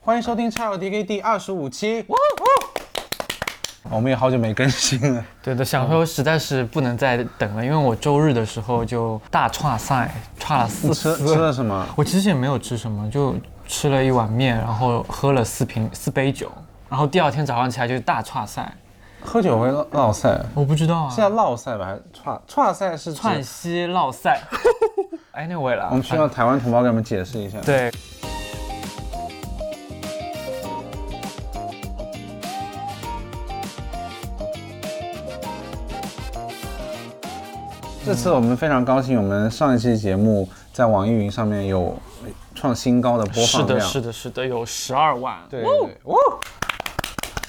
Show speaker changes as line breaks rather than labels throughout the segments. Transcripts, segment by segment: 欢迎收听《叉 LDK》第二十五期。呜
哦
呜！我们也好久没更新 了。
对的，想
嗯
说实在是不能再等了，因为我周日的时候就大串赛，串了四
你吃
次。
吃了什么？
我其实也没有吃什么，就吃了一碗面，然后喝了四瓶四杯酒，然后第二天早上起来就是大串赛。
喝酒会落落塞，
我不知道啊
是，叫落塞吧？还是串串塞是指
串西烙赛。anyway 了，
我们需要台湾同胞给我们解释一下。，
对。
这次我们非常高兴，我们上一期节目在网易云上面有创新高的播
是
放量。
的，哦是的，是的，有十二万。
对。对对哇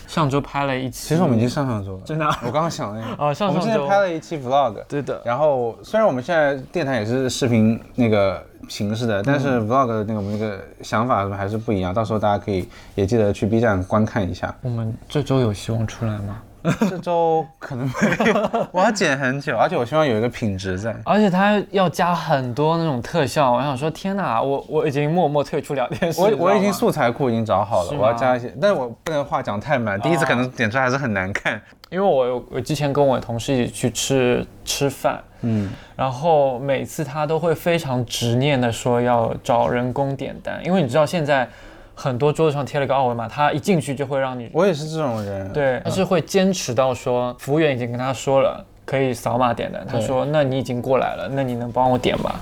上周拍了一期。
其实我们已经上上周了，
真的啊
我刚刚想了一下，
哦上上
我
周
们之前拍了一期 vlog，
对的
然后虽然我们现在电台也是视频那个形式的，但是 vlog 的那个我们那个想法还是不一样，到时候大家可以也记得去 B 站观看一下。
我们这周有希望出来吗？
这周可能没有， 我要剪很久，而且我希望有一个品质在。
而且它要加很多那种特效，我想说，天哪，我我已经默默退出聊天室。
我
你知道吗
我已经素材库已经找好了，
是吗
我要加一些，但是我不能话讲太满，第一次可能点出来还是很难看。
因为我有我之前跟我同事一起去吃吃饭，
嗯，
然后每次他都会非常执念的说要找人工点单，因为你知道现在很多桌子上贴了个二维码，他一进去就会让你
我也是这种人。
对，他是会坚持到说服务员已经跟他说了可以扫码点单，他说那你已经过来了，那你能帮我点吗？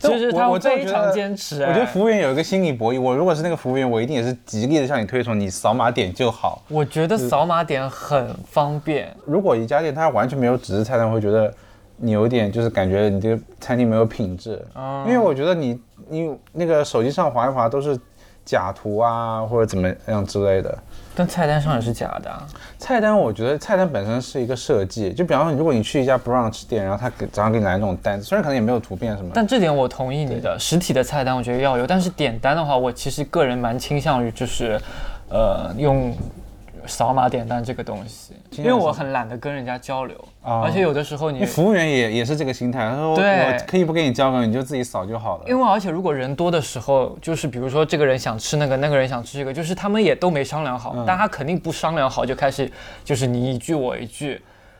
但
就是
我
他
我真的
非
觉
常
得
坚持、
我觉得
哎
服务员有一个心理博弈，我如果是那个服务员，我一定也是极力的向你推崇，你扫码点就好。
我觉得扫码点很方便，
如果一家店它完全没有纸质菜单，我会觉得你有点就是感觉你这个餐厅没有品质，
哦
因为我觉得你你那个手机上划一划都是假图啊或者怎么样之类的。
但菜单上也是假的、啊。
菜单我觉得菜单本身是一个设计，就比方说如果你去一家 brunch 店，然后他给早上给你来那种单子，虽然可能也没有图片什么，
但这点我同意你的，实体的菜单我觉得要有，但是点单的话，我其实个人蛮倾向于就是，呃，用扫码点单这个东西，因为我很懒得跟人家交流，
哦
而且有的时候你
那。服务员也也是这个心态，他说
对
我可以不给你交流，你就自己扫就好了。
因为而且如果人多的时候，就是比如说这个人想吃那个，那个人想吃这个，就是他们也都没商量好，大家肯定不商量好就开始就是你一句我一句，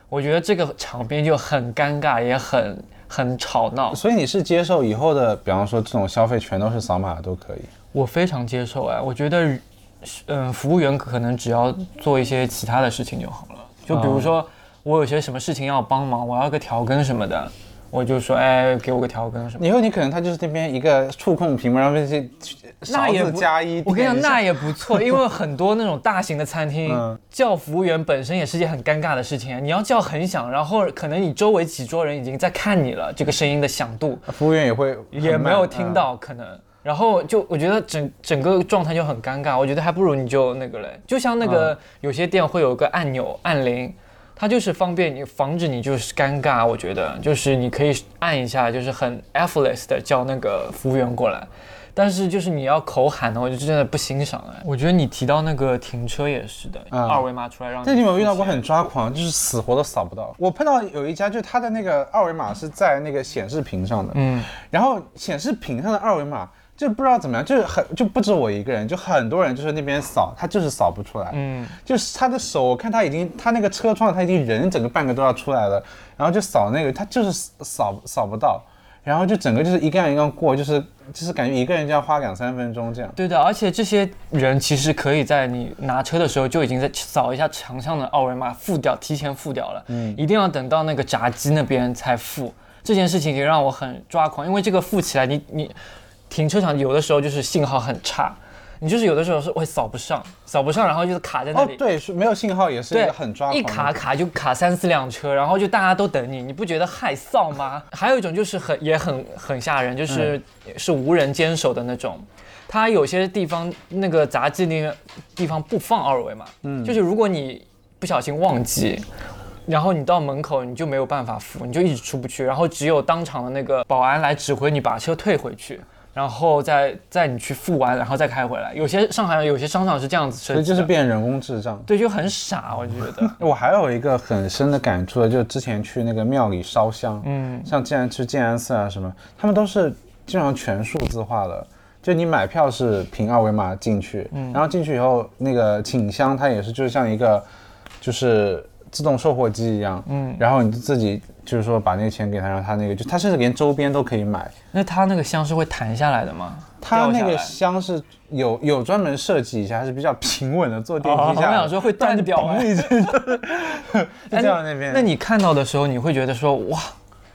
我觉得这个场面就很尴尬，也很很吵闹。
所以你是接受以后的，比方说这种消费全都是扫码都可以。
我非常接受哎，我觉得，嗯、服务员可能只要做一些其他的事情就好了。就比如说，我有些什么事情要帮忙，我要个调羹什么的，我就说，哎，给我个调羹什么的。
以后你可能他就是那边一个触控屏幕，然后那些
那
勺
也
子
不
加一，
我跟你讲，
点一下
那也不错，因为很多那种大型的餐厅、
嗯
叫服务员本身也是件很尴尬的事情。啊你要叫很响，然后可能你周围几桌人已经在看你了，这个声音的响度
服务员也会
也
很
没
慢嗯
有听。到，可能。然后就我觉得整整个状态就很尴尬，我觉得还不如你就那个嘞，就像那个有些店会有个按钮按铃，它就是方便你防止你就是尴尬，我觉得就是你可以按一下，就是很 effortless 的叫那个服务员过来。但是就是你要口喊的，我就真的不欣赏哎。我觉得你提到那个停车也是的，
啊
二维码出来让
那你有没有遇到过
付钱
很抓狂，就是死活都扫不到？我碰到有一家，就是它的那个二维码是在那个显示屏上的，
嗯
然后显示屏上的二维码就不知道怎么样，就是很就不止我一个人，就很多人就是那边扫，他就是扫不出来。
嗯，
就是他的手，我看他已经，他那个车窗，他已经人整个半个都要出来了，然后就扫那个，他就是扫扫不到，然后就整个就是一杠一杠过，就是就是感觉一个人就要花两三分钟这样。
对的，而且这些人其实可以在你拿车的时候就已经在扫一下墙上的二维码付掉，提前付掉了。嗯，一定要等到那个闸机那边才付。这件事情也让我很抓狂，因为这个付起来你，你停车场有的时候就是信号很差，你就是有的时候是会扫不上，扫不上，然后就是卡在那
哦
里。，
对，是没有信号也是一
对，
个很抓狂的。
一卡卡就卡三四辆车，然后就大家都等你，你不觉得害臊吗？ 还有一种就是很也很很吓人，
嗯
就是、是无人坚守的那种。它有些地方那个杂技那个地方不放二维码，嗯，就是如果你不小心忘记，然后你到门口你就没有办法扶，你就一直出不去，然后只有当场的那个保安来指挥你把车退回去，然后再再你去付完，然后再开回来。有些上海有些商场是这样子设
所
计
以
的，
就是变人工智障。
对，就很傻，我觉得。
我还有一个很深的感触的，就是之前去那个庙里烧香，嗯，像建安去建安寺啊什么，他们都是基本上全数字化的，就你买票是凭二维码进去，
嗯
然后进去以后那个请箱它也是就是像一个就是自动售货机一样，嗯，然后你自己就是说把那个钱给他，然后他那个就他甚至连周边都可以买，
那它那个箱是会弹下来的吗？
它
掉
那
下
个
来
箱是有有专门设计一下，还是比较平稳的，坐电
哦我
梯下来，
想说会断掉
嘣一下就 就
哎
掉到那边。
那你看到的时候，你会觉得说哇，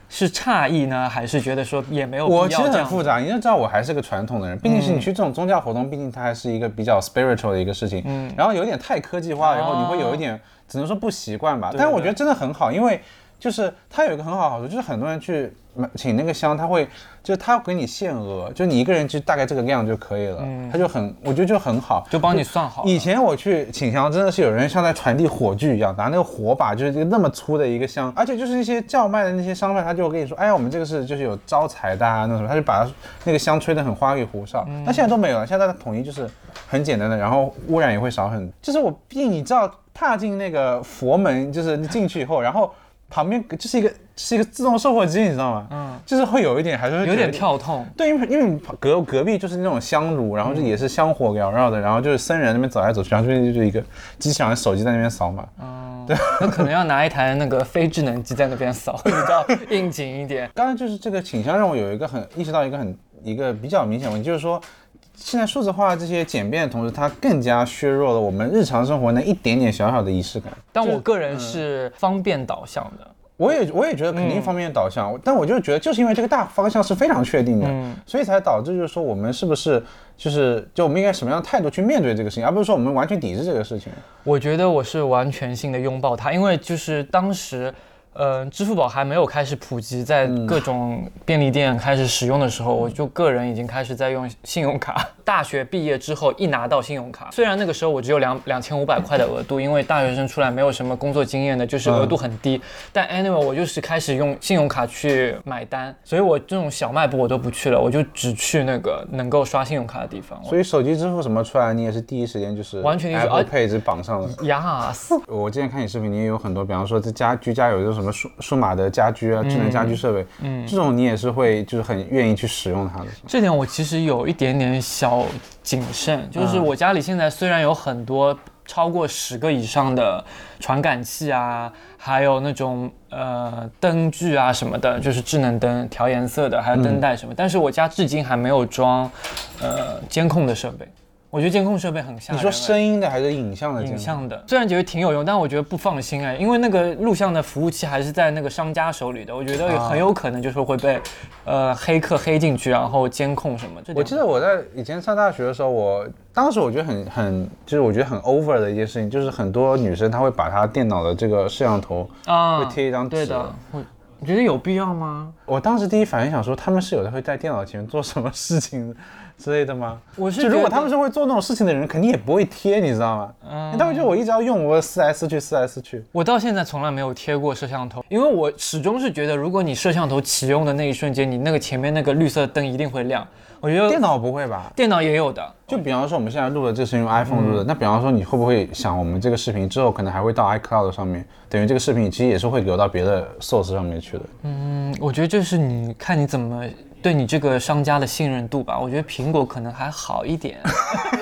是诧异呢，还是觉得说也没有必要
我其实
这
很
样嗯
复杂，你要知道我还是个传统的人，毕竟是你去这种宗教活动，毕竟它还是一个比较 spiritual 的一个事情，
嗯
然后有点太科技化了，以后你会
哦
有一点只能说不习惯吧。但是我觉得真的很好，因为就是它有一个很好的好处，就是很多人去买请那个香，他会就是他给你限额，就你一个人就大概这个量就可以了，他就很我觉得就很好，
嗯就帮你算好了
以前我去请香，真的是有人像在传递火炬一样，拿那个火把，就是一个那么粗的一个香，而且就是那些叫卖的那些商贩，他就会跟你说，哎呀，我们这个是就是有招财的啊，那什么，他就把那个香吹得很花里胡哨。
嗯
那、现在都没有了，现在它统一就是很简单的，然后污染也会少很多。就是我毕竟你知道，踏进那个佛门，就是你进去以后，然后旁边就是一个是一个自动售货机，你知道吗？嗯，就是会有一点还是会
有
觉
点
得
跳痛。
对，因为因为你隔隔壁就是那种香炉，然后就也是香火缭绕的，然后就是僧人那边走来走去，然后这边就是一个机器人手机在那边扫码。
那可能要拿一台那个非智能机在那边扫， 比较应景一点。
当然，就是这个倾向让我有一个很意识到一个很一个比较明显的问题，就是说，现在数字化这些简便的同时，它更加削弱了我们日常生活那一点点小小的仪式感。
但我个
嗯
人是方便导向的，
我也我也觉得肯定方面导向，但我就觉得就是因为这个大方向是非常确定的，所以才导致就是说我们是不是就是就我们应该什么样的态度去面对这个事情，而不是说我们完全抵制这个事情。
我觉得我是完全性的拥抱它，因为就是当时。呃，支付宝还没有开始普及，在各种便利店开始使用的时候，我就个人已经开始在用信用卡。大学毕业之后，一拿到信用卡，虽然那个时候我只有两两千五百块的额度，因为大学生出来没有什么工作经验的，就是额度很低。但 anyway，我就是开始用信用卡去买单，所以我这种小卖部我都不去了，我就只去那个能够刷信用卡的地方。
所以手机支付什么出来，你也是第一时间就是
完全理解
Apple
而
Pay 直绑上了。
呀，
我之前看你视频，你也有很多，比方说这家居家有这种什么数数码的家居啊，智能家居设备，嗯，这种你也是会就是很愿意去使用它的。是吗
这点我其实有一点点小谨慎，就是
嗯
我家里现在虽然有很多超过十个以上的传感器啊，还有那种呃灯具啊什么的，就是智能灯调颜色的，还有
嗯
灯带什么，但是我家至今还没有装呃监控的设备。我觉得监控设备很吓人。啊
你说声音的还啊是影像的？
影。像的，虽然觉得挺有用，但我觉得不放心哎，因为那个录像的服务器还是在那个商家手里的，我觉得
啊
很有可能就是会被，呃，黑客黑进去，然后监控什么。这点
我记得我在以前上大学的时候，我当时我觉得很很就是我觉得很 over 的一件事情，就是很多女生她会把她电脑的这个摄像头
啊，
会贴一张纸。
对的，我你觉得有必要吗？
我当时第一反应想说，他们是有的会在电脑前面做什么事情之类的吗？
我是
就如
觉
果
得
他们是会做那种事情的人，肯定也不会贴，你知道吗？嗯，他们就我一直要用，我撕来撕去，撕来撕去。
我到现在从来没有贴过摄像头，因为我始终是觉得，如果你摄像头启用的那一瞬间，你那个前面那个绿色灯一定会亮。我觉得
电脑不会吧？嗯
电脑也有的，
就比方说我们现在录的这是用 iPhone 录的，那比方说你会不会想，我们这个视频之后可能还会到 iCloud 上面，等于这个视频其实也是会流到别的 source 上面去的。
嗯，我觉得这是你看你怎么对你这个商家的信任度吧。我觉得苹果可能还好一 点，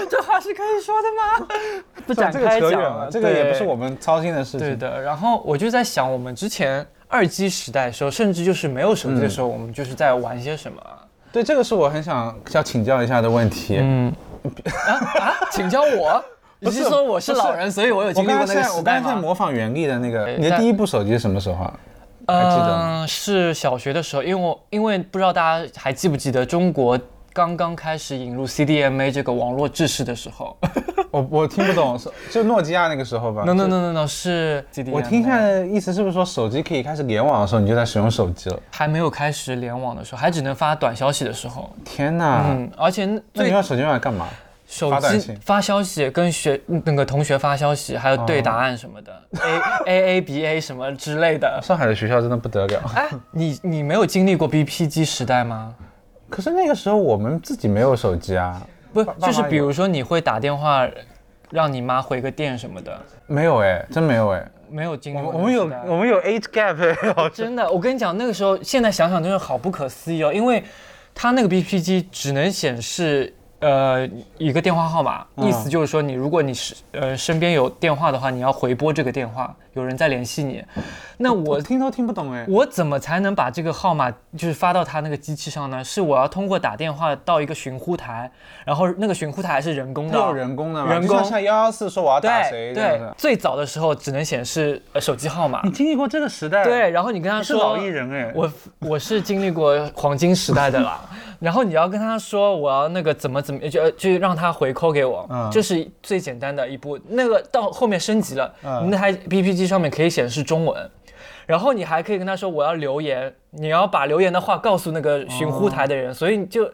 这话是可以说的吗？ 不展
这个
开
扯
讲
远了，这个也不是我们操心的事
对
情。
的。然后我就在想，我们之前二 G 时代的时候，甚至就是没有手机的时候，我们就是在玩些什么啊？
对，这个是我很想要请教一下的问题。
嗯，啊啊， 请教我。你
不是
是说我是
不是
老人，所以我有
我
经历
刚
过
才
那个
在，
时
我刚
代
才在
吗？
模仿袁立的那个，
对
你的
但
第一部手机是什么时候啊？还记得吗
嗯，是小学的时候，因为我因为不知道大家还记不记得，中国刚刚开始引入 CDMA 这个网络制式的时候。
我我听不懂， 是就诺基亚那个时候吧。
no no no no no 是 CDMA。
我听一下的意思是不是说手机可以开始联网的时候，你就在使用手机了？
还没有开始联网的时候，还只能发短消息的时候。
天哪！
嗯，而且
那你
最
用手机用来干嘛？
手
发短
机
信
发消息跟学那个同学发消息，还有对答案什么的、a
哦
A A B A 什么之类的。
上海的学校真的不得了。
哎，你你没有经历过 BP 机时代吗？
可是那个时候我们自己没有手机啊，
不，
爸
就是
妈
比
有
如说你会打电话让你妈回个电什么的，
没有哎，真没有哎。
没有经历过
我们有
那个时代
我们有 age gap，哎
真的，我跟你讲，那个时候现在想想真是好不可思议哦，因为它那个 BP 机只能显示呃一个电话号码，
嗯
意思就是说你如果你是呃身边有电话的话，你要回拨这个电话，有人在联系你。那我
我听都听不懂哎。
我怎么才能把这个号码就是发到他那个机器上呢？是我要通过打电话到一个寻呼台，然后那个寻呼台还是人工的
要
哦，
人工的嘛，
人
就像
工
像幺幺四说我要打谁
对
这样
对
子，。
最早的时候只能显示呃手机号码
你，经历过这个时代，
对，，然后你跟他
嗯是
说
老艺人哎。
我我是经历过黄金时代 的啦，然后你要跟他说我要那个怎么怎么，就就让他回扣给我，
嗯
这是最简单的一步。那个到后面升级了，
嗯
你那台 P P T 上面可以显示中文，然后你还可以跟他说我要留言，你要把留言的话告诉那个寻呼台的
哦
人，所以你就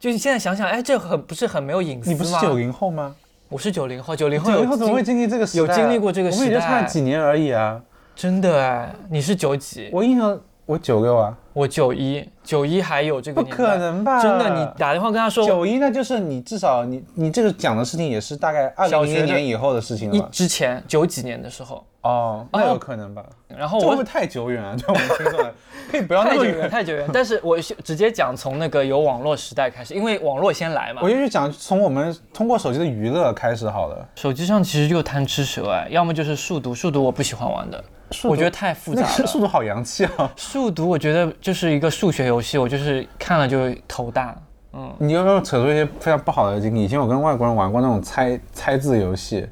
就是现在想想，哎，这很不是很没有隐私吗？
你不是九零后吗？
我是九零后，九零后
九零后
有
怎么会
经
经历这个时代啊？
有经历过这个时代
我们也就差了几年而已啊。
真的哎，你是九几，
我印象我九六啊，
我九一，九一还有这个
不
年代
可。能吧？
真的，你打电话跟他说，
九一那就是你至少你你这个讲的事情也是大概二零
小
零
学
零
的
年以后的事情
一
了吧？
之前九几年的时候，
哦，那有可能吧？
然后
这会不会
哦我
太久远啊？对我们听众来，可以不要那
太久
么
远
远。
太久远，但是我是直接讲从那个有网络时代开始，因为网络先来嘛
我。就去讲从我们通过手机的娱乐开始好了。
手机上其实就贪吃蛇哎，要么就是数独，数独我不喜欢玩的，
数独
我觉得太复杂
那个
了。
速度好洋气啊！
数独我觉得就是一个数学游戏，我就是看了就头大。嗯，
你有没有扯出一些非常不好的经历？以前我跟外国人玩过那种猜猜字游戏，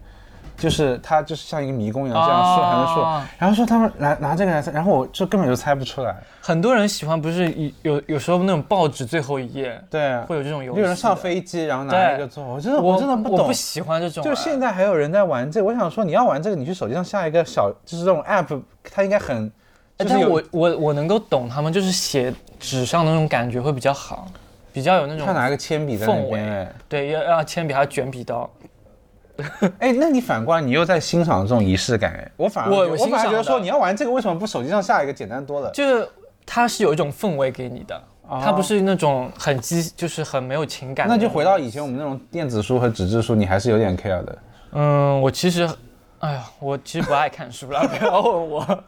就是它就是像一个迷宫一样，嗯这样竖横着
哦
竖，然后说他们拿拿这个来猜，然后我就根本就猜不出来。
很多人喜欢不是有有有时候那种报纸最后一页
对，啊
会有这种游戏的，
有人上飞机然后拿
对
一个做，我真的
我
我真的不
我
懂
不。喜欢这种哎。
就现在还有人在玩这个，我想说你要玩这个，你去手机上下一个小，就是这种 app，它应该很，
哎
就是
但
有
我我我能够懂他们，就是写纸上的那种感觉会比较好，比较有那
他
种
拿一个铅笔在那
氛围
边，哎。
对，要要铅笔还要卷笔刀。
哎，那你反过来，你又在欣赏这种仪式感哎，我反而
我
觉得
我
我
欣
反而
赏
觉得说
的
你要玩这个，为什么不手机上下一个简单多了？
就是它是有一种氛围给你的，它不是那种很激，就是很没有情感的
啊那
种。
就回到以前我们那种电子书和纸质书，你还是有点 care 的。
嗯，我其实，哎呀，我其实不爱看书 了，不要问我。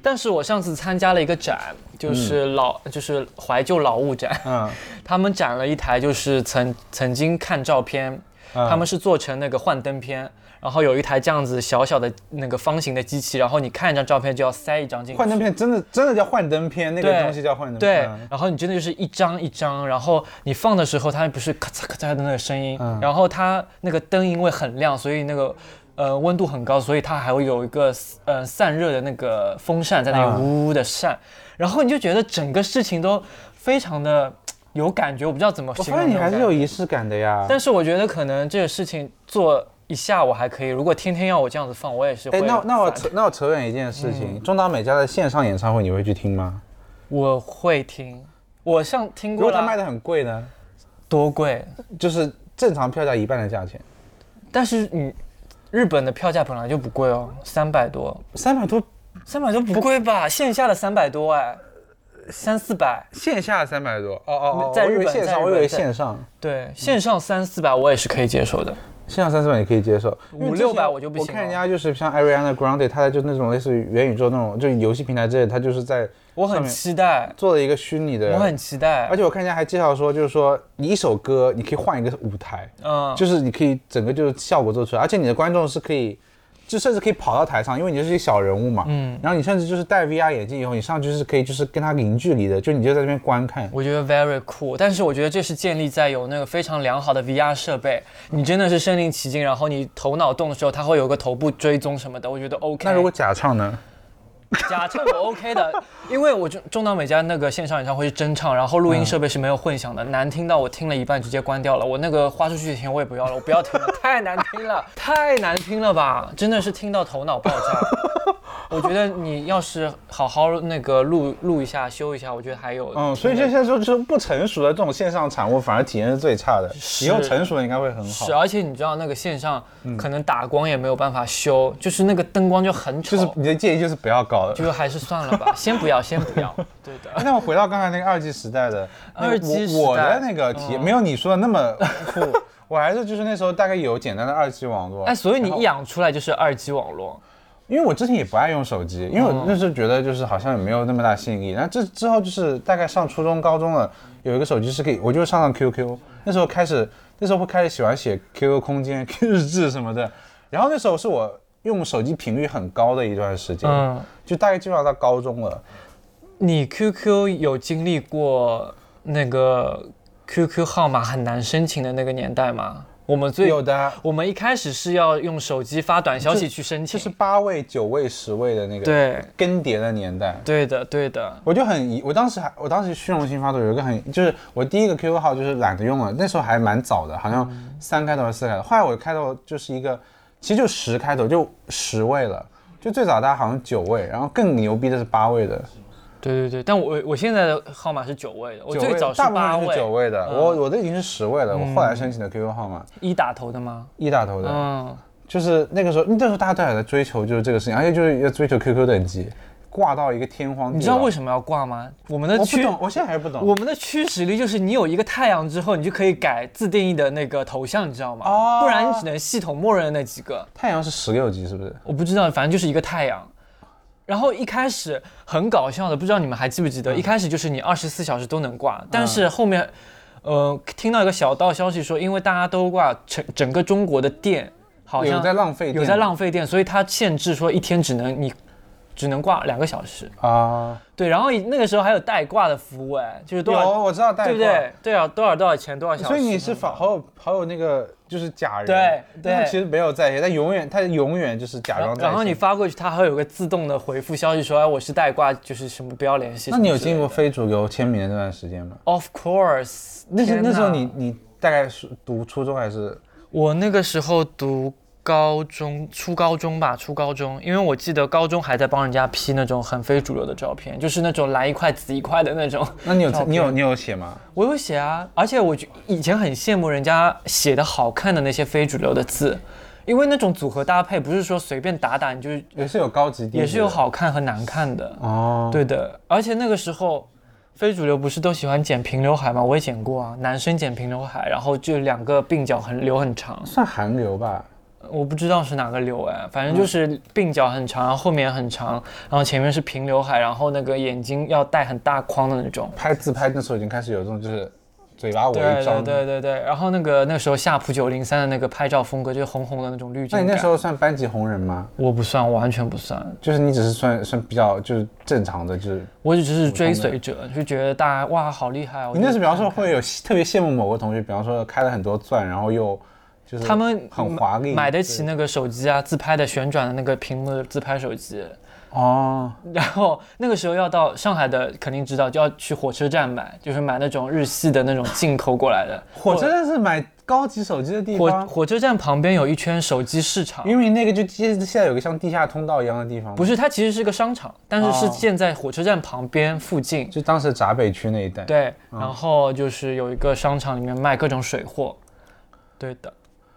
但是我上次参加了一个展，就是老、就是怀旧老物展，
嗯，
他们展了一台就是曾曾经看照片，
嗯
他们是做成那个幻灯片，然后有一台这样子小小的那个方形的机器，然后你看一张照片就要塞一张进去。
幻灯片真的真的叫幻灯片，那个
对
东西叫幻灯
对
片。嗯，
然后你真的就是一张一张，然后你放的时候，它不是咔嚓咔嚓的那个声音，
嗯
然后它那个灯因为很亮，所以那个呃温度很高，所以它还会有一个呃散热的那个风扇在那
啊
里呜呜的扇，然后你就觉得整个事情都非常的有感觉，我不知道怎么
我
形
发
容
现你还是
那种感觉
有仪式感的呀。
但是我觉得可能这个事情做一下我还可以，如果天天要我这样子放，我也是会
哎，
烦。
那那我扯那我扯远一件事情，中岛美嘉的线上演唱会你会去听吗？
我会听，我像听
如果
过
它
啦
卖的很贵呢，
多贵，
就是正常票价一半的价钱，
但是你日本的票价本来就不贵哦，三百多，
三百多
三百多不贵吧？线下的三百多哎，三四百，
线下三百多，哦哦哦，
在
我以为
日本
线
在
上，
日
我以为
本在
线上。
对，线上三四百我也是可以接受的。
线上三四百也可以接受，因为
五
之前
六百我就不行
我看
了
人家就是像 Ariana Grande，她就那种类似于元宇宙那种，就游戏平台之类的，她就是在
我
上
很
面
期待，
做了一个虚拟的。
我很期待
而，且我看人家还介绍说，就是说你一首歌你可以换一个舞台，
嗯，
就是你可以整个就是效果做出来，而且你的观众是可以，就甚至可以跑到台上，因为你就是一个小人物嘛。嗯。然后你甚至就是戴 VR 眼镜以后，你上去是可以就是跟他零距离的，就你就在这边观看。
我觉得 very cool，但是我觉得这是建立在有那个非常良好的 VR 设备，你真的是身临其境，然后你头脑动的时候，它会有个头部追踪什么的，我觉得 OK。
那如果假唱呢？
假唱我 OK 的，因为我中中岛美嘉那个线上演唱会是真唱，然后
嗯
录音设备是没有混响的，难听到我听了一半直接关掉了。我那个花出去的钱我也不要了，我不要听了，太难听了，太难听了吧，真的是听到头脑爆炸。我觉得你要是好好那个录录一下、修一下，我觉得还有
嗯，所以就现在说就是不成熟的这种线上产物，反而体验是最差的。以后成熟的应该会很好
是，。而啊且你知道那个线上可能打光也没有办法修，就是那个灯光就很丑，
就是你的建议就是不要搞了。
哦
哎
就还是算了 吧，先不要，先不要。对的，
那我回到刚才那个二 G 时代 的那个
二 G 时代嗯
我我的那个体验、没有你说的那么酷， 我还是就是那时候大概有简单的二 G 网络。
哎，所以你养出来就是二级网络，
因为我之前也不爱用手机，因为
哦
我那时候觉得就是好像也没有那么大吸引力。然后这之后就是大概上初中、高中了，有一个手机是可以，我就上上 QQ，那时候开始，那时候会开始喜欢写 QQ 空间、Q 日志什么的。然后那时候是我用手机频率很高的一段时间，
嗯
就大概基本上到高中了。
你 QQ 有经历过那个 QQ 号码很难申请的那个年代吗？我们最
有的啊
我们一开始是要用手机发短消息去申
就
请，
是八位、九位、十位的那个
对
更迭的年代。
对的对的，
我就很疑，我当时还，我当时虚荣心发作，有一个很，就是我第一个 QQ 号就是懒得用了，那时候还蛮早的，好
嗯
像三开头还是四开头，后来我开头就是一个，其实就十开头，就十位了，就最早大家好像九位，然后更牛逼的是八位的，
对对对。但我我现在的号码是九位的，我
九位
最早
大部
八
分
位，嗯
是九位的，我我的已经是十位了，我后来申请的 QQ 号码
一打头的吗？
一打头的，
嗯，
就是那个时候，那时候大家都还在追求就是这个事情，而且就是要追求 QQ 等级，挂到一个天荒地老，
你知道为什么要挂吗？我们的
我不
驱
懂，我现在还不懂，
我们的驱使力就是你有一个太阳之后，你就可以改自定义的那个头像，你知道吗？
哦
不然你只能系统默认的那几个。
太阳是十六级是不是？
我不知道，反正就是一个太阳。然后一开始很搞笑的，不知道你们还记不记
嗯
得，一开始就是你二十四小时都能挂，但是后面，呃，听到一个小道消息说，因为大家都挂，整整个中国的电好像
有在浪费电，
有在浪费电，所以它限制说一天只能你只能挂两个小时。
啊，
对，然后那个时候还有代挂的服务，哎，就是
有
多少
我知道带
对不对？对啊，多少多少钱，多少小时？啊
所以你是好好有好有那个就是假人，
对对
但是其实没有在线，他永远他永远就是假
然
装
后
在线。
然后你，发过去，它会有个自动的回复消息说，哎，我是代挂，就是什么不要联系。
那你有
什么之类
经
的
过非主流签名的那段时间吗？
？Of course，
那是
天哪
那时候你你大概是读初中还是
我那个时候读高中，初高中吧，初高中，因为我记得高中还在帮人家 P 那种很非主流的照片，就是那种来一块紫一块的那种。
那你有
照片
你有你有写吗？
我有写啊，而且我觉以前很羡慕人家写的好看的那些非主流的字，因为那种组合搭配不是说随便打打你就
也是有高级低级的，
也是有好看和难看的。
哦。
对的，而且那个时候，非主流不是都喜欢剪平刘海吗？我也剪过啊，男生剪平刘海，然后就两个鬓角很留很长，
算韩流吧，
我不知道是哪个留哎，反正就是鬓角很长，然后后面很长，然后前面是平刘海，然后那个眼睛要戴很大框的那种。
拍自拍那时候已经开始有这种就是嘴巴
对
伪
对
装。
对对对，然后那个那时候夏普九零三的那个拍照风格就是红红的那种滤镜
那
感。
你那时候算班级红人吗？
我不算，我完全不算，
就是你只是算算比较就是正常的，就是
我只是追随
嗯
者，就觉得大家哇好厉害哦。
你那时比方说
我就看看
会有特别羡慕某个同学，比方说开了很多钻，然后又就是
他们
很华丽，
买得起那个手机啊，自拍的旋转的那个屏幕的自拍手机。
哦，
然后那个时候要到上海的，肯定知道就要去火车站买，就是买那种日系的那种进口过来的。
火车站是买高级手机的地
火
方，
火车站旁边有一圈手机市场，
因为那个就接现在有个像地下通道一样的地方，
不
是
是它其实是个商场，但是是
哦
建在火车站旁边附近。
就当时闸北区那一带。，
对，然后就是有一个商场里面卖各种水货，对的。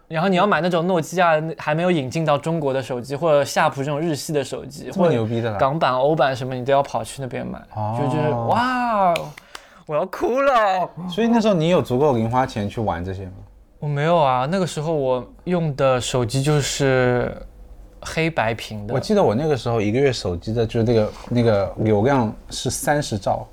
然后你要买那种诺基亚还没有引进到中国的手机，或者夏普这种日系的手机，
这么
或者
牛逼的啦。
港版、欧版什么，你都要跑去那边买，
哦
就就是哇，我要哭了。
所以那时候你有足够零花钱去玩这些吗？
我没有啊，那个时候我用的手机就是黑白屏
我
的，
记得我那个时候一个月手机的就是那个那个流量是三十兆，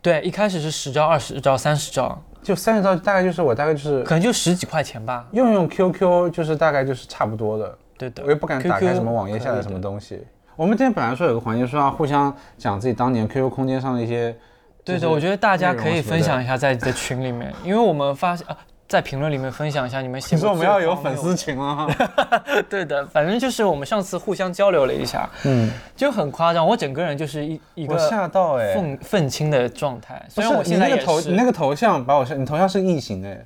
对，一开始是十兆、二十兆、三十兆，
就三十兆大概就是我大概就是
可能就十几块钱吧。
用用 QQ 就是大概就是差不多的。
对的，
我也不敢打
QQ
开什么网页下载什
可以
么
的。
东西。我们之前本来说有个环节说要互相讲自己当年 QQ 空间上的一些，
对
就是
的，我觉得大家可
内
以
容什么
分
的
享一下在在群里面，因为我们发现啊，在评论里面分享一下你们写
你
过
说我们要有
最荒
粉
谬
丝群了 哈，
对的，反正就是我们上次互相交流了一下，
嗯，
就很夸张，我整个人就是一一
我
个
吓到哎、欸，
愤愤青的状态。
不
虽
是
然我
你
现在
那
也
个头，
是，
你那个头像把我吓，你头像是异形哎、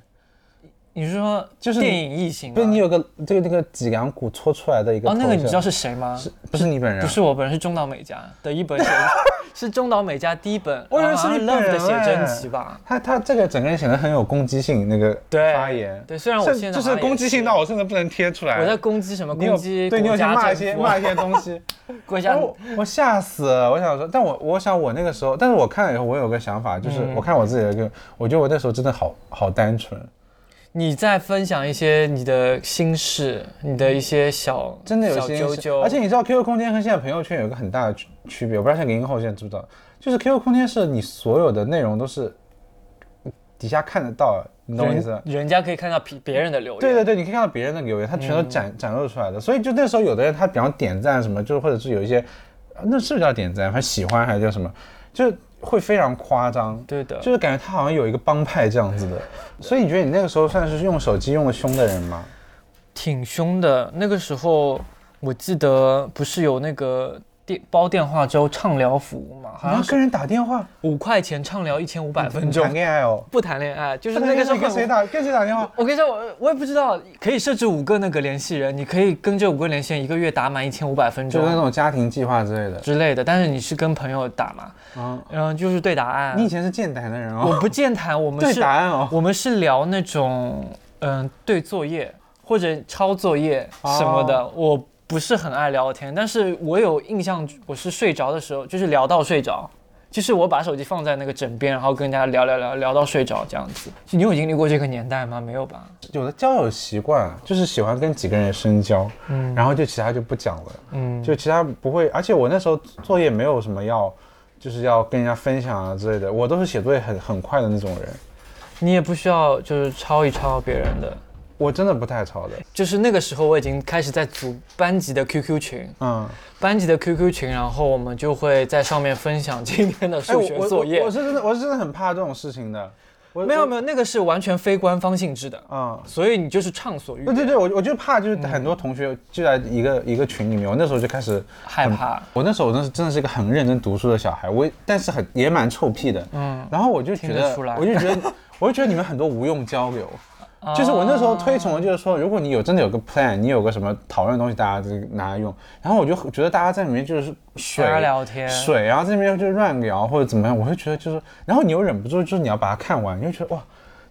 你是说
就是
电影异形吗？
不是你有个这个那个脊梁骨戳出来的一个
哦，那个你
头
知道
像
是谁吗？
是不是你本人？啊
不，是我本人，是中岛美嘉的一本写， 是中岛美嘉第一本，
我以为
啊
是你
Love
本
的
人哎
写真集吧？
他他这个整个人显得很有攻击性，那个
对，
发言，
对，虽然我
是
现在
就
好像
是
也
攻击性到我甚至不能贴出来。
我在攻击什么？
你有
攻击
对你有
国
去
家
骂一
政
些
府
骂一些东西。
国家
我我吓死了，我想说，但我我想我那个时候，但
嗯
是我看了以后，我有个想法，就是我看我自己的歌，我觉得我那时候真的好好单纯，
你在分享一些你的心事，你的一些小
嗯真的有
小
些
啾
是
啾，
而且你知道 QQ 空间和现在朋友圈有一个很大的区区别，我不知道像零零后现在知不知道，就是 QQ 空间是你所有的内容都是底下看得到，你懂我意思吗
人？人家可以看到别别人的留言，
对对对，你可以看到别人的留言，他全
嗯
都展、展露出来的。所以就那时候有的人他比方点赞什么，就是或者是有一些，呃那是不是叫点赞？还是喜欢还是叫什么？就会非常夸张。
对的，
就是感觉他好像有一个帮派这样子的，所以你觉得你那个时候算是用手机用的凶的人吗？
挺凶的。那个时候我记得不是有那个电包电话粥畅聊服务嘛，好
你要
像是
跟人打电 话，
五块钱畅聊一千五百分
谈
钟，
恋爱哦，
不谈恋爱，就是
那
那
个
个
时
时
候
候
跟谁
很。
打跟谁打电话？
我跟你说，我我也不知道，可以设置五个那个联系人，你可以跟这五个联系人一个月打满一千五百分
就是那
钟
种家庭计划之类的
之类的，但是你是跟朋友打嘛，
啊。
然后就是对答案。啊
你以前是健谈的人
我
哦，
不健谈，我们
对
是
答案哦。
我们是聊那种嗯、对作业或者抄作业
哦
什么的，我不是很爱聊天，但是我有印象，我是睡着的时候就是聊到睡着。就是我把手机放在那个枕边，然后跟人家聊聊聊聊到睡着这样子。你有经历过这个年代吗？没有吧？
有的交友习惯啊就是喜欢跟几个人深交，
嗯
然后就其他就不讲了，
嗯，
就其他不会。而且我那时候作业没有什么要，就是要跟人家分享啊之类的，我都是写作业很很快的那种人，
你也不需要就是抄一抄别人的。
我真的不太吵的。
就是那个时候，我已经开始在组班级的 QQ 群，
嗯，
班级的 QQ 群，然后我们就会在上面分享今天的
哎
数学作业。
我我我是真的我是真的很怕这种事情的。我
没有
我
没有，那个是完全非官方性质的，
啊。
所以你就是畅所欲
对对
言，
对，我我就怕就是
嗯
很多同学就在一个、一个群里面，我那时候就开始
害怕。
我那时候真的是真的是一个很认真读书的小孩，我也但是很也蛮臭屁的，
嗯，
然后我就觉
听
得
得出来，哦
我就觉 得，我就觉得你们很多无用交流，就是我那时候推崇的就是说，如果你有真的有个 plan，你有个什么讨论的东西，大家就拿来用。然后我就觉得大家在里面就是水
瞎聊天
水，然后在那边就乱聊或者怎么样，我会觉得就是，然后你又忍不住就是你要把它看完，你就觉得哇，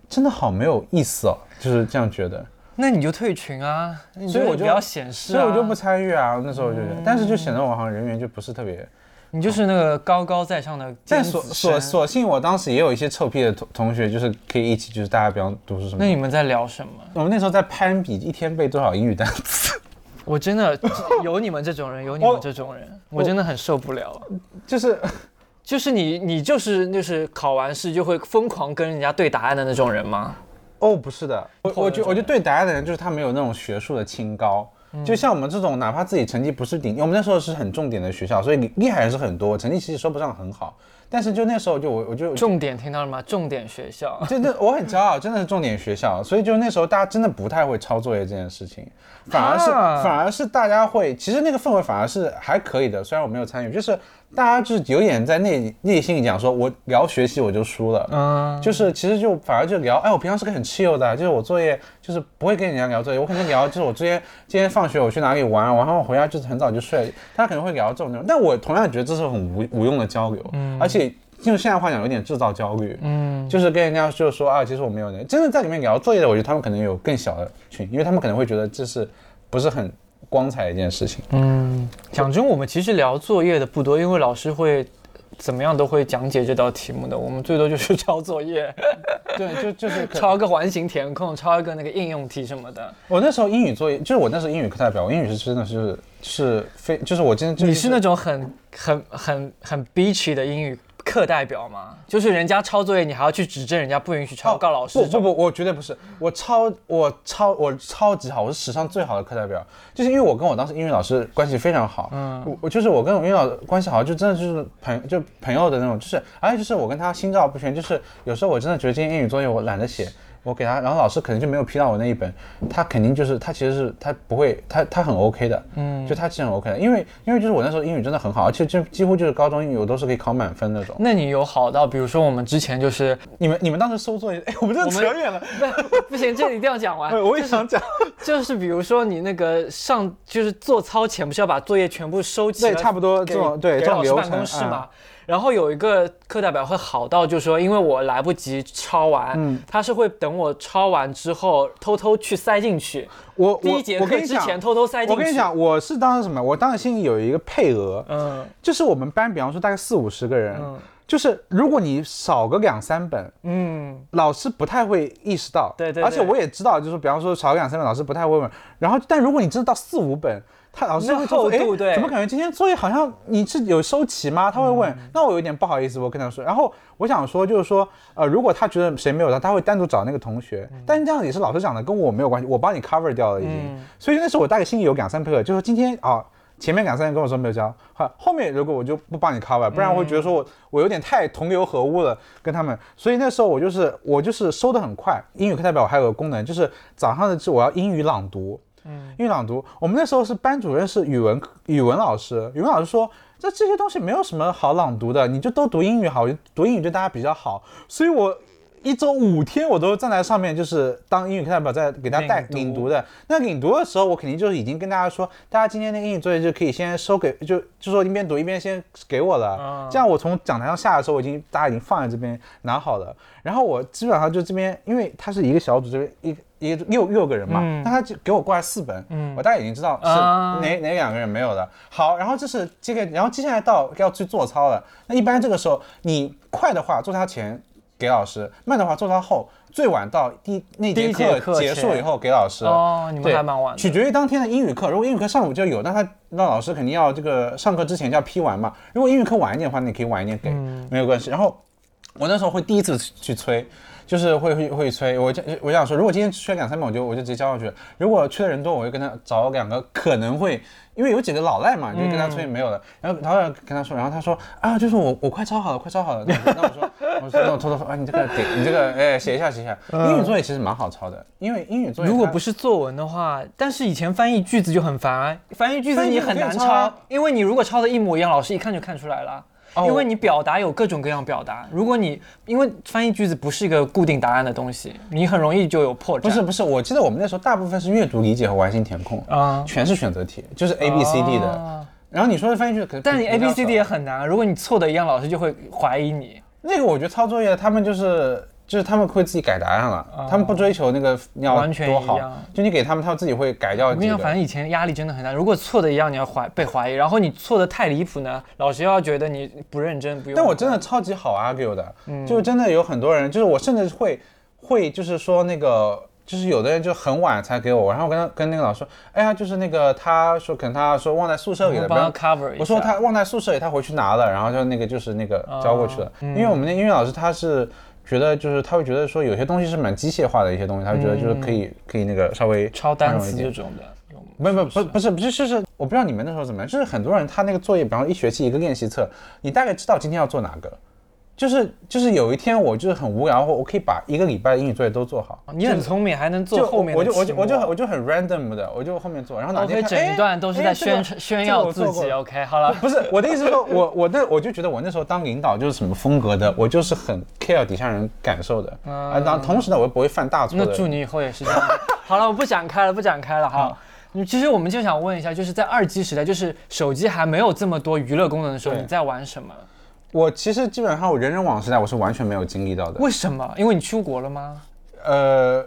真的好没有意思哦，就是这样觉得。
那你就退群啊，你
所以我就
不要显示、啊，嗯
所以我就不，参与啊，那时候我就觉得，但是就显得我好像人缘就不是特别。
你就是那个高高在上的尖
但
子
所
生
所，所幸我当时也有一些臭屁的同同学，就是可以一起，就是大家不要读书什么
那。你们在聊什么？
我们那时候在攀比一天背多少英语单词，
我真的有你们这种人，有你们这种人，我真的很受不了。
就是
就是你，你就是就是考完试就会疯狂跟人家对答案的那种人吗？
哦不是的，我
破
我
的
觉
那
我觉得
种
对答案的人就是他没有那种学术的清高，就像我们这种哪怕自己成绩不是顶，我们那时候是很重点的学校，所以厉厉害人是很多，成绩其实说不上很好，但是就那时候就我我就
重点听到了吗？重点学校，
真的我很骄傲，真的是重点学校，所以就那时候大家真的不太会抄作业这件事情，反而是、
啊
反而是大家会，其实那个氛围反而是还可以的，虽然我没有参与，就是大家就是有点在内内心里讲说，我聊学习我就输了，
嗯，
就是其实就反而就聊，哎，我平常是个很 chill 的，就是我作业就是不会跟人家聊作业，我可能聊就是我今天今天放学我去哪里玩，然后我回家就是很早就睡了，他可能会聊这种内容，但我同样觉得这是很无无用的交流，而且用现在话讲有点制造焦虑，嗯，就是跟人家就是说啊，其实我没有那，真的在里面聊作业的，我觉得他们可能有更小的群，因为他们可能会觉得这是不是很光彩的一件事 情，
讲真，我们其实聊作业的不多，因为老师会怎么样都会讲解这道题目的。我们最多就是抄作 业，
对，就就是可
抄个环形填空，抄一个那个应用题什么的。
我那时候英语作业，就是我那时候英语课代表，我英语是真的是是非，就是我真的
你是那种很很很很 bitchy 的英语课代表吗？就是人家抄作业，你还要去指正人家，哦不允许抄，告老师
哦不
这
不
种。
不，我绝对不是，我超我超我超级好，我是史上最好的课代表，就是因为我跟我当时英语老师关系非常好，嗯，我我就是我跟我英语老师关系好，就真的就是朋就朋友的那种，就是而且就是我跟他心照不宣，就是有时候我真的觉得今天英语作业我懒得写。我给他，然后老师可能就没有批到我那一本，他肯定就是他其实是他不会，他他很 OK 的，嗯，就他其实很 OK 的，因为因为就是我那时候英语真的很好，而且就几乎就是高中英语我都是可以考满分那种。
那你有好到，比如说我们之前就是，
你们你们当时收作业，哎，我们这
我们
扯远了，
不不行，这里一定要讲 完
哎，。我也想讲。
就是比如说你那个上，就是做操前不是要把作业全部收齐了，
对，差不多
给
这种对
给
这种
老师
流
办
程嗯
公室嘛。然后有一个课代表会好到，就是说，因为我来不及抄完，
嗯
他是会等我抄完之后偷偷去塞进去，
嗯我
第一
我
节
我
课
跟你
之
讲
前偷偷塞进去。
我跟你，讲，我是当时什么？我当时心里有一个配额，
嗯，
就是我们班，比方说大概四五十个人，就是如果你少个两三本，
嗯，
老师不太会意识到。
对对对
而且我也知道，就是比方说少个两三本，老师不太会问。然后，但如果你真的到四五本，他老师
那
会说
厚度
诶
对嗯
怎么感觉今天作业好像你是有收齐吗？他会问。那我有点不好意思，我跟他说。然后我想说，就是说，呃，如果他觉得谁没有的，他会单独找那个同学。
嗯
但是这样也是老师讲的，跟我没有关系，我帮你 cover 掉了已经。所以那时候我大概心里有两三配合，就是今天啊。前面两三人跟我说没有交，后后面如果我就不帮你 cover，不然我会觉
嗯
得说我、我有点太同流合污了跟他们，所以那时候我就是我就是收的很快。英语课代表我还有个功能，就是早上的是我要英语朗读，嗯，英语朗读。我们那时候是班主任是语文语文老师，语文老师说这这些东西没有什么好朗读的，你就都读英语好，读英语对大家比较好。所以我一周五天我都站在上面，就是当英语课代表在给大家带
领
领
读
读的。那领读的时候，我肯定就是已经跟大家说，大家今天的英语作业就可以先收给，就就说一边读一边先给我了。
啊
这样我从讲台上下来的时候，我已经大家已经放在这边拿好了。然后我基本上就这边，因为它是一个小组，这边一。一个六六个人嘛，那他就给我过来四本，我大概已经知道是
嗯啊
哪、哪两个人没有的。好，然后这是这个，然后接下来到要去做操了。那一般这个时候，你快的话做操前给老师，慢的话做操后，最晚到第那
第
节
一节
课
课
结束
前
以后给老师。
哦，你们
对
还蛮晚的。
取决于当天的英语课。如果英语课上午就有，那他那老师肯定要这个上课之前就要批完嘛。如果英语课晚一点的话，你可以晚一点给，
嗯
没有关系。然后我那时候会第一次去催，就是会会会催。我就我想说，如果今天缺两三本，我就我就直接交上去。如果缺的人多，我就跟他找两个可能会，因为有几个老赖嘛，你就跟他催没有了。然后然后跟他说，然后他说啊，就是我我快抄好了，快抄好了。那我那我说我说那我偷偷说啊，你这个给你这个哎写一下写一下。英语作业其实蛮好抄的，因为英语作业
如果
它
不是作文的话，但是以前翻译句子就很烦啊，翻译句子
翻译
你
句子
很
可以
难
抄啊
抄，因为你如果抄的一模一样，老师一看就看出来了。
哦
因
我
为你表达有各种各样表达，如果你因为翻译句子不是一个固定答案的东西，你很容易就有破绽。
不是不是，我记得我们那时候大部分是阅读理解和完形填空，
啊
全是选择题，就是 A B C D 的。
啊
然后你说的翻译句，可
但你 A B C D 也
啊，
很难啊，如果你错的一样，老师就会怀疑你。
那个我觉得抄作业他们就是就是他们会自己改答案了，他们不追求那个你要
完全
多
一
好
样，
就你给他们，他们自己会改掉
我跟你
几
讲，反
个。
正以前压力真的很大，如果错的一样，你要怀被怀疑，然后你错的太离谱呢，老师又要觉得你不认真，不用。
但我真的超级好 argue 的，
嗯
就真的有很多人，就是我甚至会会就是说那个。就是有的人就很晚才给我，然后我跟他跟那个老师说，哎呀，就是那个他说可能他说忘在宿舍里
我
了，不
帮
要
他 cover 一下。
我说他忘在宿舍里，他回去拿了，然后就那个就是那个交过去了。因为我们那英语老师他是觉得就是他会觉得说有些东西是蛮机械化的一些东西，他会觉得就是可以、可以那个稍微
抄
宽
单
容一
词
点
这种的，有吗
没有没有不不是不是就是我不知道你们那时候怎么样，就是很多人他那个作业，比方说一学期一个练习册，你大概知道今天要做哪个。就是就是有一天我就是很无聊，我我可以把一个礼拜的英语作业都做好。
你很聪明，还能
就
做后面的
我就我
期
就
末
我就我就很 random 的，我就后面做，然后哪
OK，
天看
整一段都是在宣
传
传炫耀自己。OK，好了，
不是我的意思是说，我我那我就觉得我那时候当领导就是什么风格的，我就是很 care 底下人感受的啊。当同时呢，我又不会犯大错
那
的。
祝你以后也是这样。好了，我不展开了，不展开了哈。你其实我们就想问一下，就是在二 G 时代，就是手机还没有这么多娱乐功能的时候，
对
你在玩什么？
我其实基本上我人人网时代我是完全没有经历到的。
为什么？因为你出国了吗？
呃，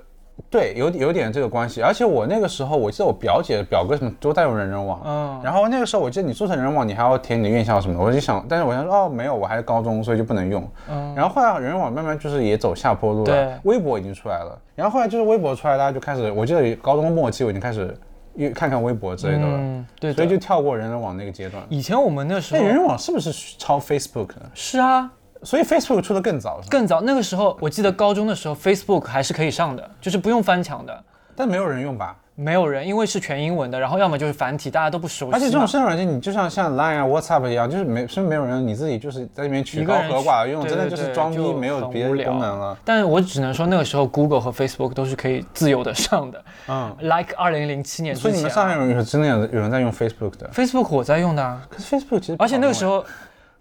对，有有点这个关系。而且我那个时候，我记得我表姐、表哥什么都在用人人网。
嗯
然后那个时候，我记得你注册人人网，你还要填你的院校什么的。我就想，但是我想说，哦，没有，我还是高中，所以就不能用。
嗯
然后后来人人网慢慢就是也走下坡路
对
了，微博已经出来了。然后后来就是微博出来，大家就开始，我记得高中末期我已经开始又看看微博之类的了，
嗯，对
所以
的。
就跳过人人网那个阶段。
以前我们那时
那
候
人人网是不是抄 Facebook 呢？
是啊，
所以 Facebook 出的更早是吧？
更早那个时候，我记得高中的时候，Facebook 还是可以上的，就是不用翻墙的。
但没有人用吧？
没有人，因为是全英文的，然后要么就是繁体，大家都不熟悉嘛。
而且这种社交软件，你就像像 Line 啊、WhatsApp 一样，就是没身边没有人，你自己就是在里面
一
曲
个
高
人
和
去
寡用，
对
真的
对
就是
对
装逼，
就
没有
很
别
无
的
聊
功能了。
但是我只能说那个时候 Google 和 Facebook 都是可以自由的上的
嗯，
，like 二零零七年之前。
所
啊
以你们上海有有真的有有人在用 Facebook 的，
Facebook 我在用的啊，
可是 Facebook 其实
而且那个时
候，
候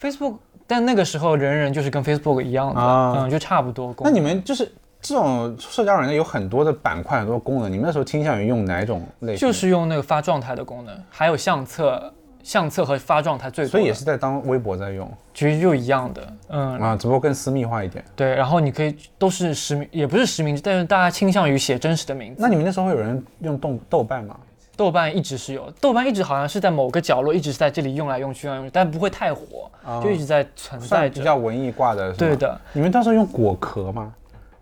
Facebook，但那个时候人人就是跟 Facebook 一样的，
啊
嗯，就差不多功
那
能。
你们就是这种社交软件有很多的板块、很多功能，你们那时候倾向于用哪种类型？
就是用那个发状态的功能，还有相册。相册和发状态最多的，
所以也是在当微博在用
其实就一样的，嗯，
啊，只不过更私密化一点。
对。然后你可以都是实名，也不是实名制，但是大家倾向于写真实的名字。
那你们那时候会有人用豆豆瓣吗？
豆瓣一直是有，豆瓣一直好像是在某个角落，一直是在这里用来用去用来用去，但不会太火，就一直在存在
算比
着。
较文艺挂的。
对，的，
你们到时候用果壳吗？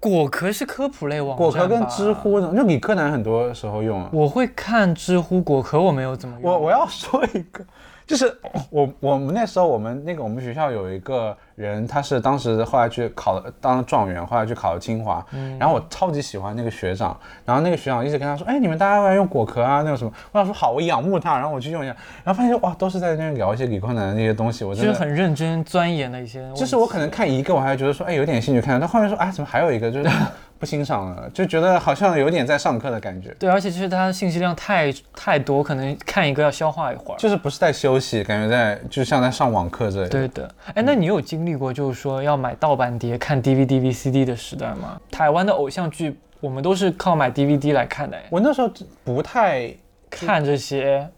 果壳是科普类网站，
果壳跟知。乎呢？就理科男很多时候用啊。
我会看知乎，果壳我没有怎么用。
我我要说一个，就是我我们那时候我们那个我们学校有一个人，他是当时后来去考了当了状元，后来去考了清华。
嗯
然后我超级喜欢那个学长，然后那个学长一直跟他说，哎，你们大家要不要用果壳啊，那个什么。我想说好，我仰慕他，然后我去用一下，然后发现哇，都是在那边聊一些理工男的那些东西，我
就
真的
是很认真钻研的一些问题，
就是我可能看一个，我还觉得说，哎，有点兴趣看，但后面说，哎，怎么还有一个，就是不欣赏了，就觉得好像有点在上课的感觉，
对，而且就是它信息量太太多，可能看一个要消化一会儿。
就是不是在休息，感觉在就像在上网课这里。
对的，哎，
嗯
那你有经历过就是说要买盗版碟、看 DVD、VCD 的时代吗？台湾的偶像剧，我们都是靠买 DVD 来看的，哎，
我那时候不太，
看这些。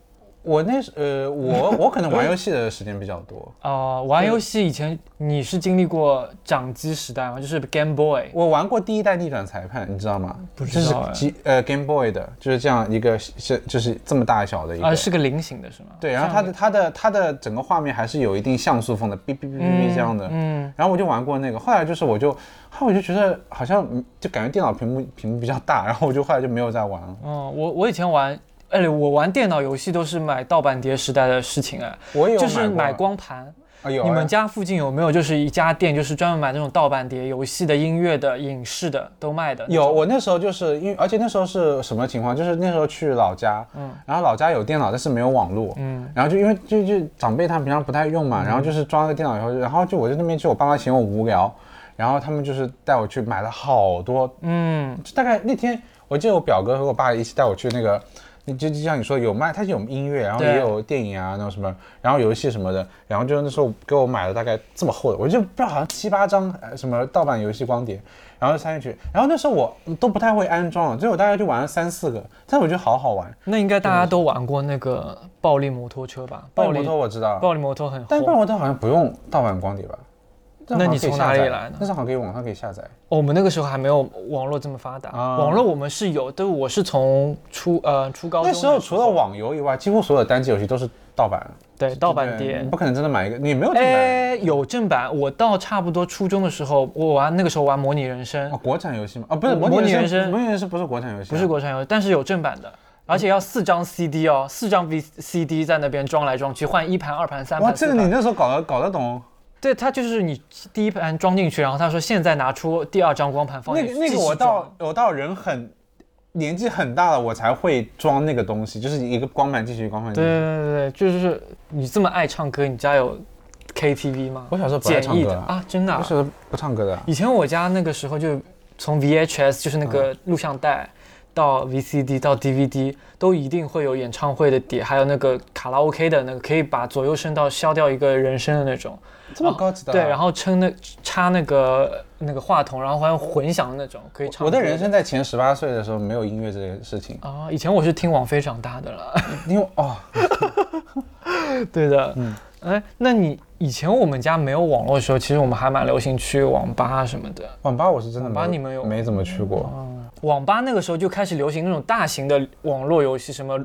我那时呃，我 我可能玩游戏的时间比较多，
呃，玩游戏以前你是经历过掌机时代吗？就是 Game Boy，
我玩过第一代逆转裁判，你知道吗？
不知道哎
这是机呃 Game Boy 的，就是这样一个是就是这么大小的一个。
啊，是个菱形的是吗？
对，然后
像
它的它的它的整个画面还是有一定像素风的，哔哔哔哔哔这样的。
嗯，
然后我就玩过那个，后来就是我就，后来我就觉得好像嗯就感觉电脑屏幕屏幕比较大，然后我就后来就没有再玩了。
嗯，我我以前玩，哎，我玩电脑游戏都是买盗版碟时代的事情，哎，
我也有
就
买
是买
过，
光盘。
啊有
你
啊
们家附近有没有就是一家店，就是专门买那种盗版碟、游戏的、音乐的、影视的都卖的？
有，我那时候就是因为，而且那时候是什么情况？就是那时候去老家，嗯，然后老家有电脑，但是没有网络，嗯，然后就因为就就长辈他们平常不太用嘛，然后就是装了个电脑以后，然后就我就那边就我爸妈嫌我无聊，然后他们就是带我去买了好多，
嗯，
就大概那天我记得我表哥和我爸一起带我去那个。你就就像你说有卖，它有音乐，然后
对
也有电影啊，那种什么，然后游戏什么的，然后就那时候给我买了大概这么厚的，我就不知道好像七八张呃什么盗版游戏光碟，然后就塞进去，然后那时候我都不太会安装，所以我大概就玩了三四个，但我觉得好好玩。
那应该大家都玩过那个暴力摩托车吧？
暴
暴
力摩
力
托我知道，
暴力摩托很
但暴力
火。
摩托好像不用盗版光碟吧？这好
那
像
你
可以
从
下
哪里
载
来呢
那是好像可以网上可以下载。
哦我们那个时候还没有网络这么发达，
啊
网络我们是有，但我是从初呃初高中
那
的
时候除了网游以外，几乎所有单机游戏都是盗版，
对盗
对
版碟
你不，可能真的买一个，你没有正版。
哎，有正版。我到差不多初中的时候，我玩那个时候玩模拟人生
哦，，国产游戏吗？啊，不是，
模
模拟
拟
人
人
生，
生
模拟人生不是国产游戏啊，
不是国产游戏，但是有正版的，而且要四张 CD 哦，四张 VCD 在那边装来装去，换一盘、二盘、三
哇，
盘。
这个
四
你
盘
那时候搞得搞得懂。
对它就是你第一盘装进去，然后他说现在拿出第二张光盘放
那
进
个
去。
那
继
个
续
我
装
到我到人很年纪很大了，我才会装那个东西，就是一个光盘进去，一个光盘进
对
去。
对对对，就是你这么爱唱歌，你家有 KTV 吗？
我小时候不爱
简
唱
易
歌
的
啊
啊，真的啊、
我小时候不唱歌的啊。
以前我家那个时候就从 VHS 就是那个录像带。到 VCD 到 DVD 都一定会有演唱会的碟，还有那个卡拉 OK 的那个，可以把左右声道消掉一个人声的那种。
这么高级的啊、
对，然后撑那插那个那个话筒，然后还有混响的那种，可以唱
我
歌。
的人生在前十八岁的时候没有音乐这件事情，
啊，以前我是听王菲长大的了。
因为哦，
对的，嗯，哎，那你以前我们家没有网络的时候，其实我们还蛮流行去网吧什么的。
网吧我是真的没
网吧你们有哦
没怎么去过，
网吧那个时候就开始流行那种大型的网络游戏，什么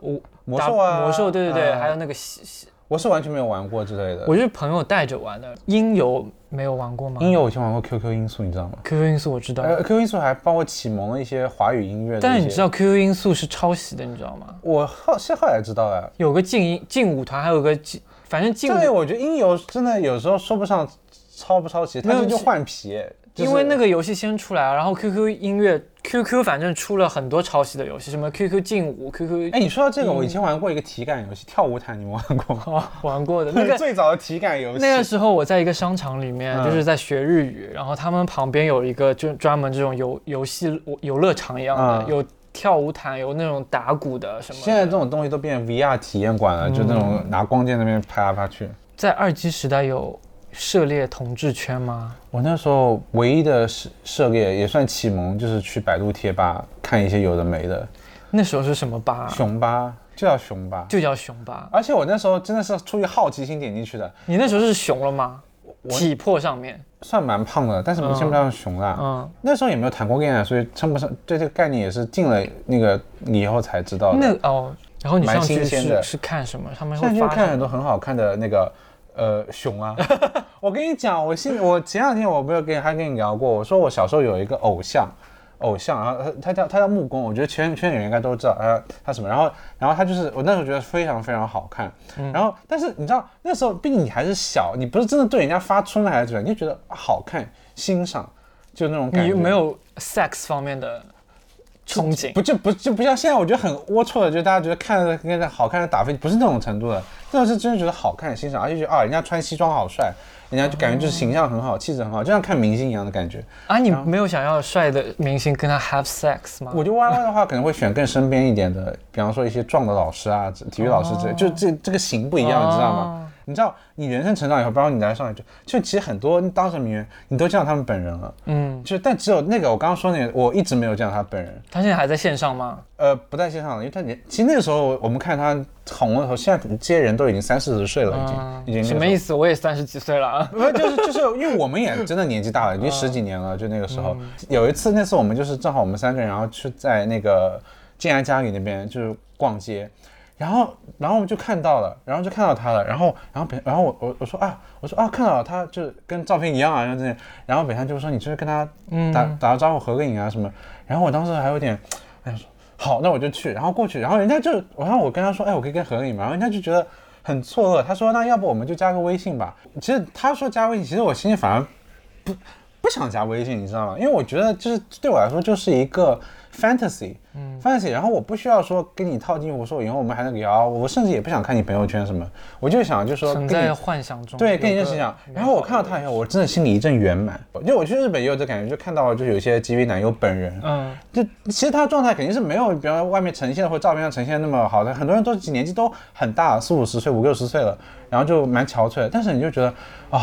我
魔
打
兽啊
魔兽，对对对，
啊
还有那个西，西
我是完全没有玩过之类的。
我是朋友带着玩的。音游没有玩过吗？
音乐我以前玩过 QQ 音速，你知道吗？
QQ 音速我知道，
呃，QQ 音速还帮我启蒙了一些华语音乐的一些。
但是你知道 QQ 音速是抄袭的，你知道吗？
我后是后来知道了，
有个劲音劲舞团，还有个劲，反正劲
这
舞
个我觉得音游真的有时候说不上抄不抄袭，它
没有
这就是换皮。
因为那
个
个游戏先出来，然后 QQ 音乐、QQ 反正出了很多抄袭的游戏，什么 QQ 劲舞、QQ
哎，你说到这个，
嗯
我以前玩过一个体感游戏，跳舞毯，你们玩过 吗？
哦 玩过 的那个。
最早的体感游戏。
那个时候我在一个商场里面，
嗯
就是在学日语，然后他们旁边有一个就专门这种游游戏游乐场一样的，
嗯
有跳舞毯，有那种打鼓的什么的。
现在这种东西都变 VR 体验馆了，就那种
嗯
拿光剑那边拍来拍去。
在二 G 时代有涉猎同志圈吗？
我那时候唯一的涉涉猎也算启蒙，就是去百度贴吧看一些有的没的，
那时候是什么吧？
熊吧就叫熊吧。
就叫熊吧。
而且我那时候真的是出于好奇心点进去的，
你那时候是熊了吗？
我
体魄上面，
算蛮胖的，但是称不上熊啦。
嗯，
啊那时候也没有谈过恋爱，所以称不上对这个概念也是进了那个以后才知道的。
那哦，然后你
蛮
上去
新鲜
是
的
是看什么？他们
现在
会
就
发
看
什
很
么
多很好看的那个呃熊啊。 我跟你讲，我心里我前两天我不是跟还跟你聊过，我说我小时候有一个偶像，偶像，然后他他叫他叫木工，我觉得圈圈里人应该都知道他他什么，然后然后他就是我那时候觉得非常非常好看，
嗯
然后但是你知道那时候毕竟你还是小，你不是真的对人家发春还是怎么样，你就觉得好看欣赏，就那种感
你
觉。
没有 sex 方面的憧憬，
不就不就不像现在，我觉得很龌龊的，就是大家觉得看着跟着好看的打分，不是那种程度的，那种是真的觉得好看欣赏，而且觉得啊，人家穿西装好帅，人家就感觉就是形象很好，气质很好，就像看明星一样的感觉。
啊，你没有想要帅的明星跟他 have sex 吗？
我就 YY 的话，可能会选更身边一点的，比方说一些壮的老师啊，体育老师之类，就这这个型不一样，你知道吗？你知道你人生成长以后，包括你来上海就就其实很多当时名媛，你都见到他们本人了，
嗯，
就但只有那个我刚刚说那个，我一直没有见到他本人。
他现在还在线上吗？
呃，不在线上了，因为他年，其实那个时候我们看他红的时候，现在这些人都已经三四十岁了，已经、嗯已经那个时
啊什
候
么意思？我也三十几岁了啊。
不是，就是就是因为我们也真的年纪大了，已经十几年了，就那个时
嗯
候。有一次，那次我们就是正好我们三个人，然后去在那个静安家里那边就是逛街，然后然后我们就看到了，然后就看到他了，然后然后北然后我我我说啊我说啊看到了他就是跟照片一样啊，然后这样，然后北山就说你就是跟他
嗯
打、打个招呼合个影啊什么，然后我当时还有点，哎呀说好那我就去，然后过去，然后人家就然后我跟他说哎我可以跟合个影嘛，然后人家就觉得。很错愕，他说：“那要不我们就加个微信吧？”其实他说加微信，其实我心里反而不想加微信，你知道吗？因为我觉得就是对我来说就是一个 fantasy，嗯，fantasy。然后我不需要说跟你套近乎，说以后我们还能聊，啊我甚至也不想看你朋友圈什么，我就想就 说跟
曾
你
在幻想中，
对，跟你认识一样。然后我看到他以后，我真的心里一阵圆满。因为我去日本也有这感觉，就看到就有一些 GV 男优本人，
嗯，
就其实他的状态肯定是没有，比方说外面呈现或者照片上呈现那么好的。很多人都年纪都很大，四五十岁、五六十岁了，然后就蛮憔悴。但是你就觉得，哦，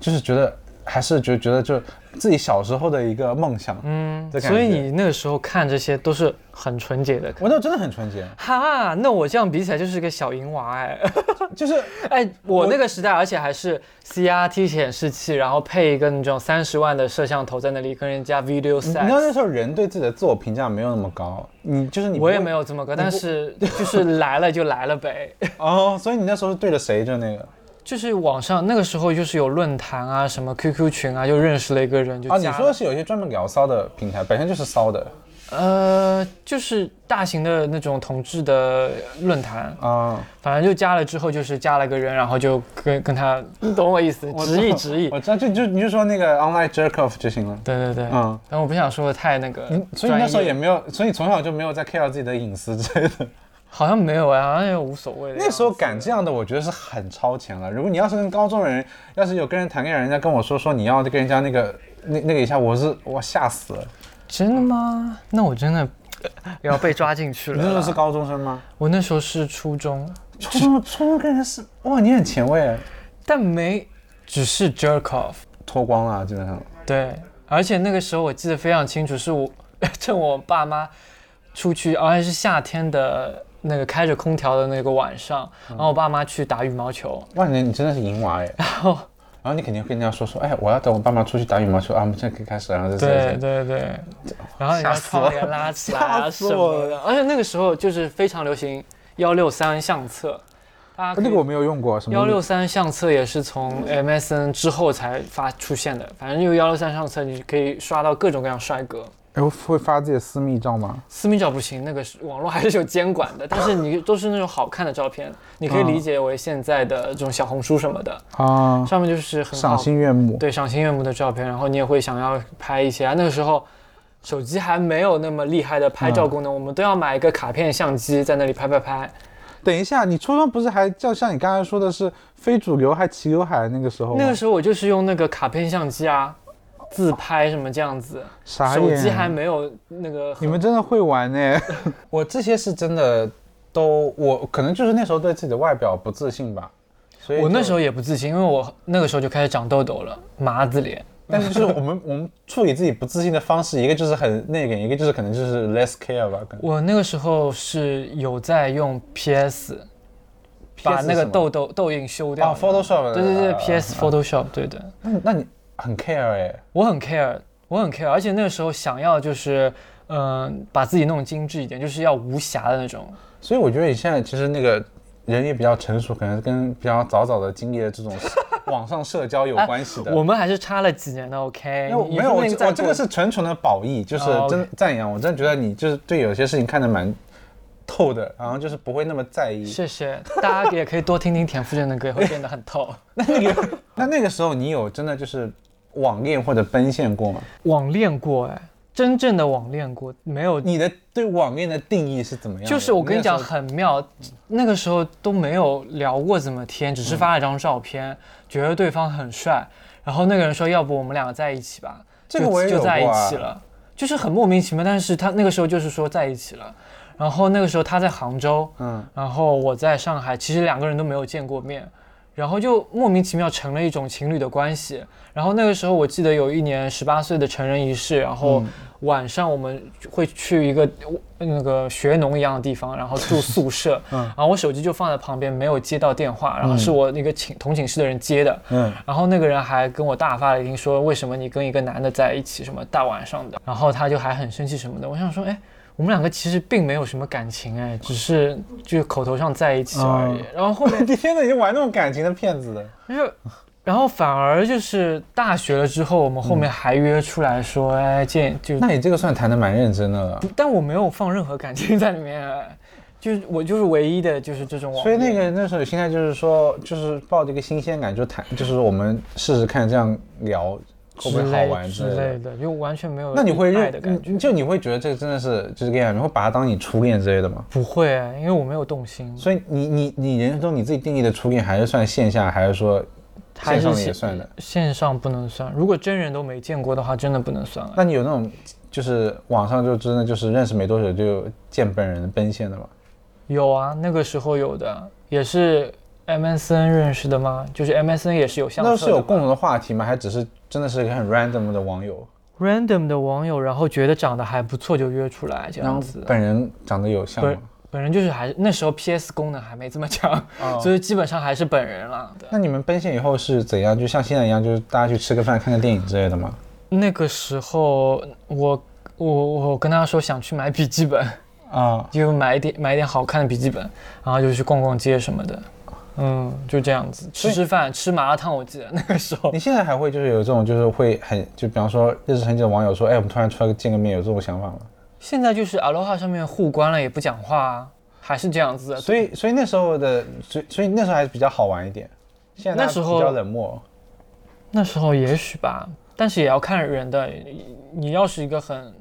就是觉得还是觉觉得就自己小时候的一个梦想，嗯，
所以你那个时候看这些都是很纯洁的。
我那时候真的很纯洁，
哈，那我这样比起来就是个小银娃哎，
就是
哎，我那个时代，而且还是 CRT 显示器，然后配一个那种三十万的摄像头在那里跟人家 video
你知道
sex，
嗯那时候人对自己的自我评价没有那么高，你就是你不
我
会
也没有这么个，但是就是来了就来了呗。
哦，所以你那时候是对着谁就那个
就是网上那个时候就是有论坛啊，什么 QQ 群啊，就认识了一个人就
啊？你
加
说
了
的是有一些专门聊骚的平台，本身就是骚的
呃，就是大型的那种同志的论坛，
啊，
反正就加了之后就是加了个人，然后就跟 跟他，你懂我意思，直译直译。
我知道，就就你就说那个 online jerk off 就行了。
对对对，
嗯
但我不想说的太那个专业
嗯，，所以那时候也没有，所以从小就没有在 care 自己的隐私之类的。
好像没有啊，好像也无所谓的样子。
那时候敢这样啊的，我觉得是很超前了。如果你要是跟高中人，要是有跟人谈恋爱，人家跟我说说你要跟人家那个那那个一下，我是我吓死了。
真的吗？那我 真的也要被抓进去
你那时
了
候是
啦。
高中生吗？
我那时候是初中，
啊初中初中跟人是哇，你很前卫，
但没，只是 jerk off。
脱光了啊基本上。
对，而且那个时候我记得非常清楚，是我 趁我爸妈出去，而且是夏天的那个开着空调的那个晚上，然后我爸妈去打羽毛球，
哇，你你真的是银娃哎。然后然后你肯定会跟人家说说，哎，我要等我爸妈出去打羽毛球啊，我们现在可以开始了，然后这
对
这
对对，然后你要窗帘拉起来啊
吓
什
死我了
么的，而且那个时候就是非常流行幺六三相册，大家
啊这。那个我没有用过，什么
幺六三相册也是从 MSN 之后才发出现的，反正就幺六三相册，你可以刷到各种各样帅哥。
哎，会会发自己的私密照吗？
私密照不行，那个是网络还是有监管的，但是你都是那种好看的照片，
嗯
你可以理解为现在的这种小红书什么的，
啊，
上面就是很好
赏心悦目。
对赏心悦目的照片，然后你也会想要拍一些啊。那个时候手机还没有那么厉害的拍
嗯
照功能，我们都要买一个卡片相机在那里拍拍拍。
等一下，你初中不是还叫像你刚才说的是非主流还齐刘海那个时候吗？
那个时候我就是用那个卡片相机啊，自拍什么这样子，
傻
手
眼，
机还没有那个很
你们真的会玩呢、 我这些是真的都，我可能就是那时候对自己的外表不自信吧，所以
我那
就
时候也不自信，因为我那个时候就开始长痘痘了，麻子脸。
但是就是我们我们处理自己不自信的方式，一个就是很那个，一个就是可能就是 less care 吧，可能
我那个时候是有在用 PS，把
PS
那个
什么
痘痘痘印修掉
哦呃
的。
，Photoshop
对对对
啊
，PS Photoshop，对的。
那那你很 care 哎，
我很 care，我很 care，而且那个时候想要就是，嗯、把自己弄精致一点，就是要无瑕的那种。
所以我觉得你现在其实那个人也比较成熟，可能跟比较早早的经历了这种网上社交有关系的。
我们还是差了几年的，OK？
因为我
啊你
没有，我
你
这
说不定再
我这
过
个是纯纯的褒义，就是
哦，OK
真赞扬。我真的觉得你就是对有些事情看得蛮透的，然后就是不会那么在意。
谢谢大家，也可以多听听田馥甄的歌，会变得很 透。
那那个那那个时候你有真的就是网恋或者奔现过吗？
网恋过哎，真正的网恋过，没有，
你的对网恋的定义是怎么样的？
就是我跟你讲
那个时
很妙，那个时候都没有聊过怎么天，只是发了张照片，觉得对方很帅，然后那个人说要不我们两个在一起吧，
这个我也
就
有
就
过啊
在一起了，就是很莫名其妙，但是他那个时候就是说在一起了，然后那个时候他在杭州，
候，嗯，
然后我在上海，其实两个人都没有见过面，然后就莫名其妙成了一种情侣的关系。然后那个时候我记得有一年十八岁的成人仪式，然后
嗯
晚上我们会去一个呃那个学农一样的地方，然后住 宿舍，
嗯
然后我手机就放在旁边，没有接到电话，然后是我那个寝同寝室的人接的，
嗯
然后那个人还跟我大发雷霆说，为什么你跟一个男的在一起，什么大晚上的，然后他就还很生气什么的。我想说，哎，我们两个其实并没有什么感情，哎，只是就口头上在一起而已。
哦
然后后面
你天呐，你玩那种感情的骗子的，
就是，然后反而就是大学了之后，我们后
嗯
面还约出来说，哎，见就，
那你这个算谈的蛮认真的了。
但我没有放任何感情在里面，哎就是我就是唯一的就是这种网
所以那
恋
个那时候心态就是说，就是抱着一个新鲜感，就谈，就是我们试试看这样聊会不
之
会好
类
玩之
之
类的。
类的，就完全没有
那你会
爱
认
的感觉。
嗯就你会觉得这个真的是就是 gay 啊，你会把它当你初恋之类的吗？
不会，哎因为我没有动心。
所以你你你人生中你自己定义的初恋还是算线下，还是说线
还是
上也
线
算的？
线上不能算，如果真人都没见过的话，真的不能算啊了。
那你有那种就是网上就真的就是认识没多久就见本人奔现的吗？
有啊，那个时候有的，也是 MSN 认识的吗？就是 MSN 也是有相册
那
的
是有
嘛
共同的话题吗？还只是真的是一个很 random 的网友，
random 的网友，然后觉得长得还不错就约出来这
然
样
后
子。
本人长得有像吗
本？本人就是还那时候 PS 功能还没这么强，
哦
所以基本上还是本人了。对
那你们奔现以后是怎样？就像现在一样，就是大家去吃个饭、看个电影之类的吗？
那个时候我我我跟他说想去买笔记本，
啊，
就买一点买一点好看的笔记本，然后就去逛逛街什么的，嗯，就这样子吃
以
吃饭，吃麻辣烫，我记得 那个时候
你现在还会就是有这种就是会很就比方说认识很久的网友说，哎，我们突然出来见个面，有这种想法吗？
现在就是 Aloha 上面互关了，也不讲话、啊，还是这样子的。
所以所以那时候的，所以所以那时候还是比较好玩一点。现在大家
那时候
比较冷漠，
那时候也许吧，但是也要看人的。你你要是一个很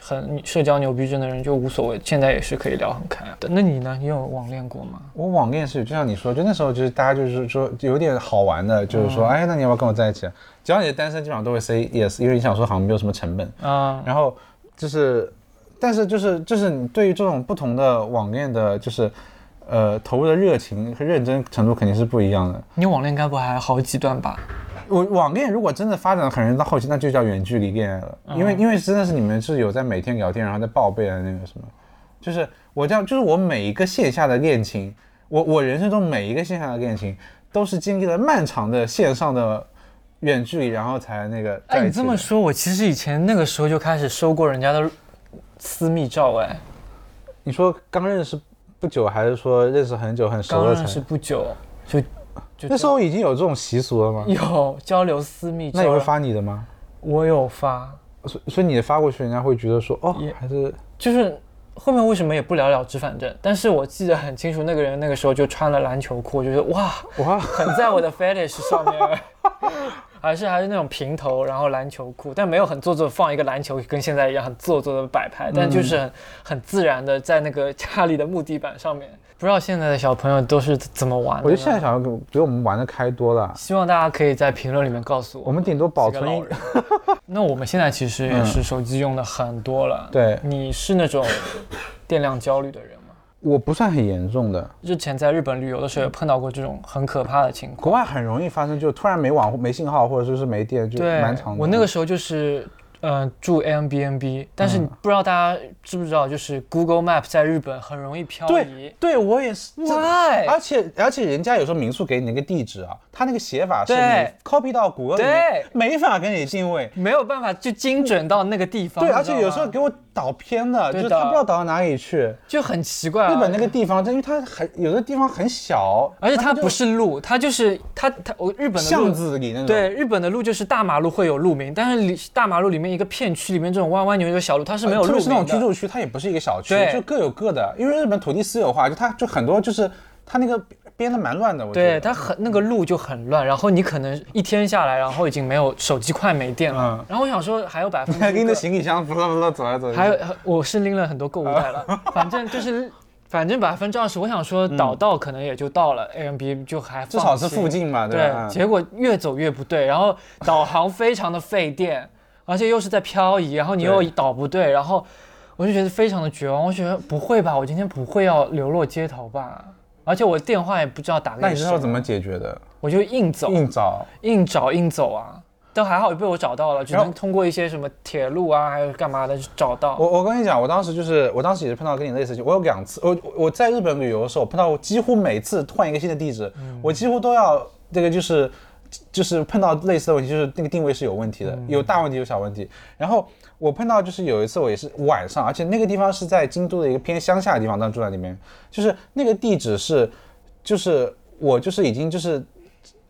很社交牛逼症的人，就无所谓，现在也是可以聊很开啊。那你呢？你有网恋过吗？
我网恋是就像你说，就那时候就是大家就是说有点好玩的，就是说，哎，那你要不要跟我在一起啊？只要你是单身，基本上都会 say yes，因为你想说好像没有什么成本。
啊、
然后就是，但是就是就是你对于这种不同的网恋的，就是呃投入的热情和认真程度肯定是不一样的。
你网恋该不会还好几段吧？
我网恋如果真的发展的很认真，到后期那就叫远距离恋爱了，
嗯
因为因为真的是你们是有在每天聊天，然后在报备啊那个什么，就是我这样，就是我每一个线下的恋情，我我人生中每一个线下的恋情都是经历了漫长的线上的远距离，然后才那个在一起的。
哎，你这么说，我其实以前那个时候就开始收过人家的私密照，哎，
你说刚认识不久，还是说认识很久很熟
刚
了
认
才
识？不久就 就
那时候已经有这种习俗了吗？
有啊交流私密照，
那你会？发你的吗？
我有发，
所所以你发过去，人家会觉得说哦
也，
还是
就是后面为什么也不了了之，反正，但是我记得很清楚，那个人那个时候就穿了篮球裤，我就觉得哇，
哇，
很在我的 fetish 上面。 还是还是那种平头，然后篮球裤，但没有很做作，放一个篮球跟现在一样很做作的摆拍，但就是
嗯
很很自然的在那个家里的木地板上面。不知道现在的小朋友都是怎么玩的呢？
我觉得现在小孩比我们玩的开多了，
希望大家可以在评论里面告诉我。
我们顶多保
几个
存
老
一
人。 那我们现在其实也是手机用的很多了。
嗯对
你是那种电量焦虑的人吗？
我不算很严重的，
之前在日本旅游的时候也碰到过这种很可怕的情况。
国外很容易发生，就突然没网、没信号，或者说是没电，就
对
蛮长的。，
我那个时候就是呃，住 Airbnb，但
嗯
是你不知道大家知不知道，就是 Google Map 在日本很容易漂移
对。，对我也是。这
Why？
而且而且人家有时候民宿给你那个地址啊，他那个写法是
对
你 copy 到谷歌里面，没法给你定位。
没有办法就精准到那个地方。
对，
你知
而
道
且有
吗
时候给我导偏了，就
对
是
的
他不知道导到哪里去。
就很奇怪、啊。
日本那个地方，因为它很有的地方很小，
而且
它
它不是路，它就是它它我日本的路
巷子里那种。
对，日本的路就是大马路会有路名，但是里大马路里面一个片区里面这种弯弯扭扭的小路，它是没有
特别
路名
是
的。
那种居住区，呃它也不是一个小区，
对
就各有各的。因为日本土地私有化，就它就很多就是它那个编的蛮乱的，我觉
对
得。
它很那个路就很乱，然后你可能一天下来，然后已经没有手机快没电了。
嗯
然后我想说还有百 分
还
之
拎着
个
行李箱，不啦不啦走来走去。
还有我是拎了很多购物 袋了，反正就是反正百分之二十，我想说导到可能也就到了、a m b 就还
嗯至少是
放心
附近嘛，
对，
吧？嗯
结果越走越不对，然后导航非常的费电， 而且又是在漂移，然后你又
对
导不对，然后我就觉得非常的绝望。我觉得不会吧，我今天不会要流落街头吧？而且我电话也不知道打给
那你之
谁，
后怎么嗯解决的？
我就硬走，
硬找。
硬找硬走啊。都还好被我找到了，只
然后
能通过一些什么铁路啊，还有干嘛的找到。
我我跟你讲，我当时就是，我当时也是碰到跟你类似的情况，我有两次，我我我在日本旅游的时候，我碰到几乎每次换一个新的地址，我几乎都要这个就是就是碰到类似的问题，就是那个定位是有问题的，有大问题有小问题。然后我碰到就是有一次我也是晚上，而且那个地方是在京都的一个偏乡下的地方，当时住在里面，就是那个地址是就是我就是已经就是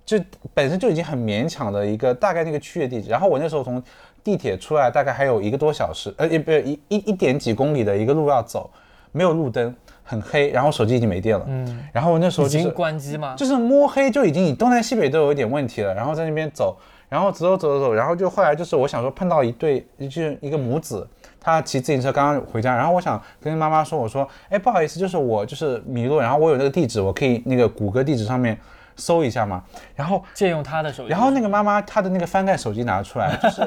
就本身就已经很勉强的一个大概那个区域的地址。然后我那时候从地铁出来，大概还有一个多小时，呃，也不是一一一点几公里的一个路要走，没有路灯，很黑，然后手机已经没电了。嗯，然后我那时候
已
就
经
是
关机吗？
就是摸黑就已经你东南西北都有一点问题了，然后在那边走，然后走走走走，然后就后来就是我想说碰到一对就是一个母子，他骑自行车刚刚回家，然后我想跟妈妈说，我说，哎，不好意思，就是我就是迷路，然后我有那个地址，我可以那个谷歌地址上面搜一下嘛，然后
借用他的手机。
然后那个妈妈她的那个翻盖手机拿出来，就是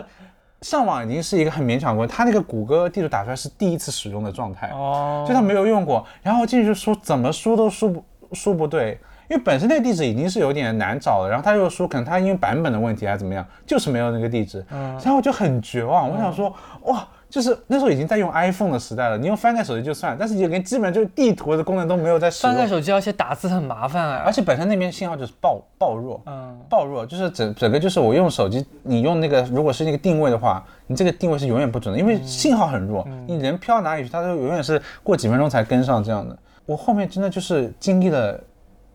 上网已经是一个很勉强的过程，她那个谷歌地图打出来是第一次使用的状态，
哦，
就她没有用过。然后进去输，怎么输都输不输不对，因为本身那个地址已经是有点难找了，然后她又输，可能她因为版本的问题啊还是怎么样，就是没有那个地址。
嗯
然后我就很绝望，我想说，哇。就是那时候已经在用 iPhone 的时代了，你用翻盖手机就算，但是也连基本就是地图的功能都没有在使
翻盖
用，
手机，而且打字很麻烦
而
啊。
且本身那边信号就是暴暴弱，
嗯，
暴弱，就是整整个就是我用手机，你用那个如果是那个定位的话，你这个定位是永远不准的，因为信号很弱，你人飘哪里去，它都永远是过几分钟才跟上这样的。我后面真的就是经历了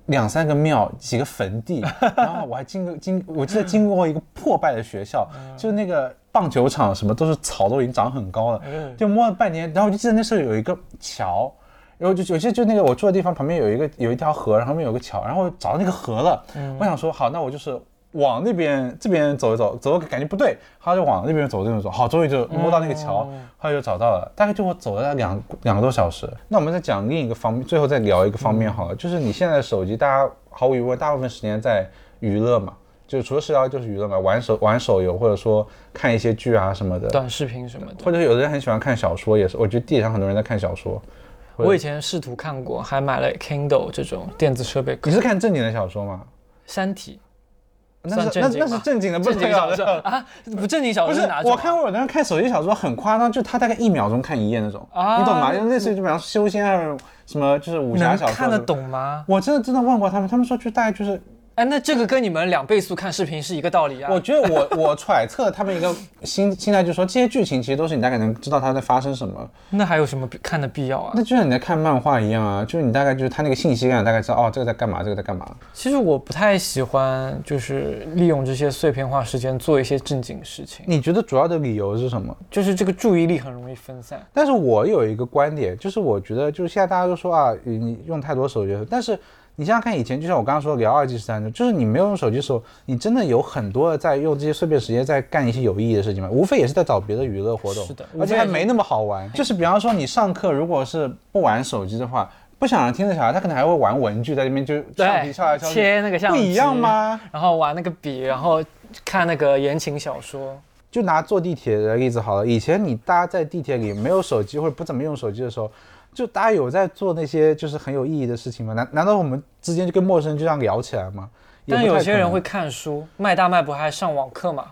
两三个庙，几个坟地，然后我还经过经，我记得经过一个破败的学校，就那个棒球场什么都是草都已经长很高了，就摸了半天，然后我就记得那时候有一个桥。然后就有些就那个我住的地方旁边有一个有一条河，然后旁边有个桥，然后我找到那个河了，我想说好，那我就是往那边这边走一走，走感觉不对，然后就往那边走，这边走，好，终于就摸到那个桥，后来就找到了，大概就我走了两两个多小时。那我们再讲另一个方面，最后再聊一个方面好了，就是你现在的手机，大家毫无疑问，大部分时间在娱乐嘛，就除了社交就是娱乐嘛，玩手玩手游或者说看一些剧啊什么的，
短视频什么的。
或者有的人很喜欢看小说，也是，我觉得地铁上很多人在看小说。
我以前试图看过，还买了 Kindle 这种电子设备壳，
你是看正经的小说吗？
山 体
那是
算
那
正经
那
吧
是正经的，不
正经
能
小说啊，不正经小
不
说
是
哪，种啊？
我看过有的人看手机小说很夸张，就他大概一秒钟看一页那种，
啊
你懂吗？就类似于就比方说修仙啊，什么就是武侠
能
小说，
看得。懂吗？
我真的真的问过他们，他们说就大概就是，
哎，那这个跟你们两倍速看视频是一个道理啊。
我觉得我我揣测他们一个心心态，就是说这些剧情其实都是你大概能知道它在发生什么，
那还有什么必看的必要啊？
那就像你在看漫画一样啊，就是你大概就是他那个信息量，大概知道哦这个在干嘛，这个在干嘛。
其实我不太喜欢，就是利用这些碎片化时间做一些正经事情，
你觉得主要的理由是什么？
就是这个注意力很容易分散。
但是我有一个观点，就是我觉得，就是现在大家都说啊，你用太多手机的时候，但是你想想看，以前就像我刚刚说的聊二 G 十三 G，就是你没有用手机的时候，你真的有很多的在用这些碎片时间在干一些有意义的事情嘛，无非也是在找别的娱乐活动，
是的
而且还没那么好 玩。就是比方说你上课如果是不玩手机的话，不想听的小孩，他可能还会玩文具，在那边就橡皮
对
敲来敲，去，
切那个橡
不
皮
一样？吗？
然后玩那个笔，然后看那个言情小说。
就拿坐地铁的例子好了，以前你大家在地铁里没有手机或者不怎么用手机的时候，就大家有在做那些就是很有意义的事情吗？难难道我们之间就跟陌生人就这样聊起来吗？也
但
不太
有些
可能
人会看书，麦大麦不还上网课嘛？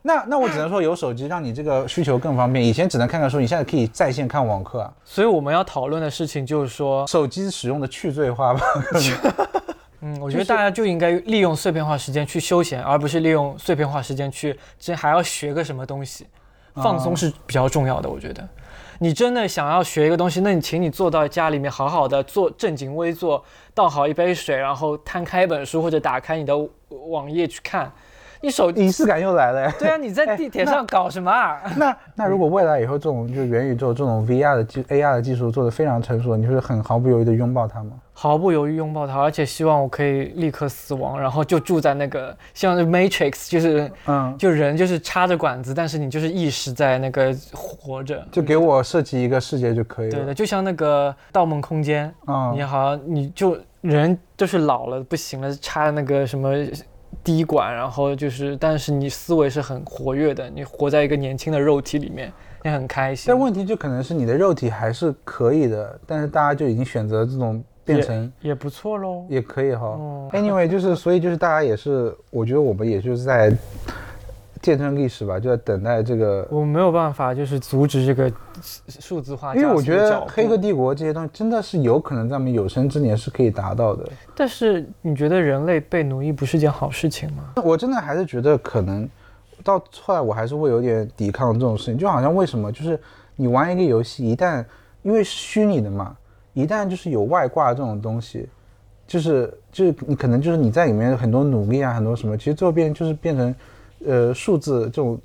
那那我只能说，有手机让你这个需求更方便。以前只能看看书，你现在可以在线看网课啊。
所以我们要讨论的事情就是说，
手机使用的去罪化吧，
嗯，我觉得大家就应该利用碎片化时间去休闲，而不是利用碎片化时间去这还要学个什么东西。放松是比较重要的，我觉得。你真的想要学一个东西，那你请你坐到家里面，好好的坐正襟危坐，倒好一杯水，然后摊开一本书或者打开你的网页去看。你手
仪式感又来了。
对啊，你在地铁上搞什么啊？
那那如果未来以后这种就元宇宙这种 VR 的技 AR 的技术做得非常成熟，你会很毫不犹豫的拥抱它吗？
毫不犹豫拥抱它，而且希望我可以立刻死亡，然后就住在那个像是 Matrix，就是
嗯，
就人就是插着管子，但是你就是意识在那个活着。
就给我设计一个世界就可以
对的，
了。
就像那个《盗梦空间》
嗯
你好，你就人就是老了不行了，插那个什么滴管，然后就是，但是你思维是很活跃的，你活在一个年轻的肉体里面，你很开心
但。问题就可能是你的肉体还是可以的，但是大家就已经选择这种变成
也不错喽。
也可以哈。
哦
Anyway，就是所以就是大家也是，我觉得我们也就是在见证历史吧，就在等待这个。
我没有办法，就是阻止这个数数字化加
因
速
为我
的脚步。
觉得《黑客帝国》这些东西真的是有可能在我们有生之年是可以达到的。
但是你觉得人类被奴役不是件好事情吗？
我真的还是觉得可能到后来我还是会有点抵抗这种事情，就好像为什么就是你玩一个游戏，一旦因为是虚拟的嘛，一旦就是有外挂这种东西，就是就是你可能就是你在里面很多努力啊，很多什么，其实最后变就是变成呃数字这种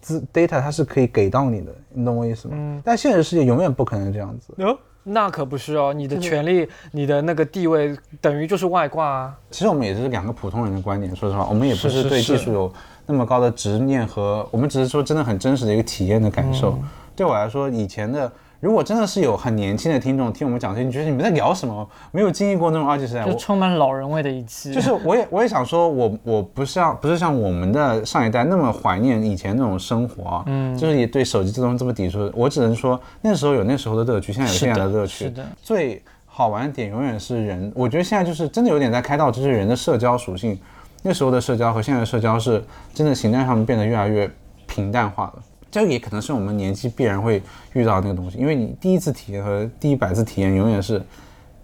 资 data 它是可以给到你的，你懂我意思吗？
嗯
但现实世界永远不可能这样子。
哦，那可不是哦，你的权利、你的那个地位，等于就是外挂啊。
其实我们也是两个普通人的观点，说实话，我们也不
是
是
是
对
是
技术有那么高的执念和，我们只是说真的很真实的一个体验的感受。
嗯
对我来说，以前的如果真的是有很年轻的听众听我们讲这些，你觉得你们在聊什么？没有经历过那种二级时代，
就
哎我
充满老人味的一期，
就是我也我也想说我，我不是像不是像我们的上一代那么怀念以前那种生活，嗯，就是也对手机这东西这么抵触。我只能说那时候有那时候的乐趣，现在有
是
现
的
哎在的乐趣。
是的
最好玩的点永远是人。我觉得现在就是真的有点在开道，就是人的社交属性。那时候的社交和现在的社交是真的形态上面变得越来越平淡化了。这也可能是我们年纪必然会遇到的那个东西，因为你第一次体验和第一百次体验永远是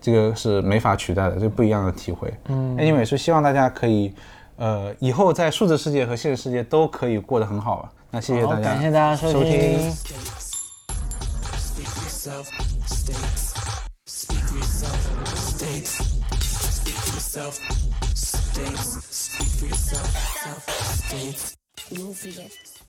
这个是没法取代的，这不一样的体会。嗯，anyway，是希望大家可以，呃，以后在数字世界和现实世界都可以过得很好吧。那谢谢
好
大家，
感谢大家收
收
听
听
Move it.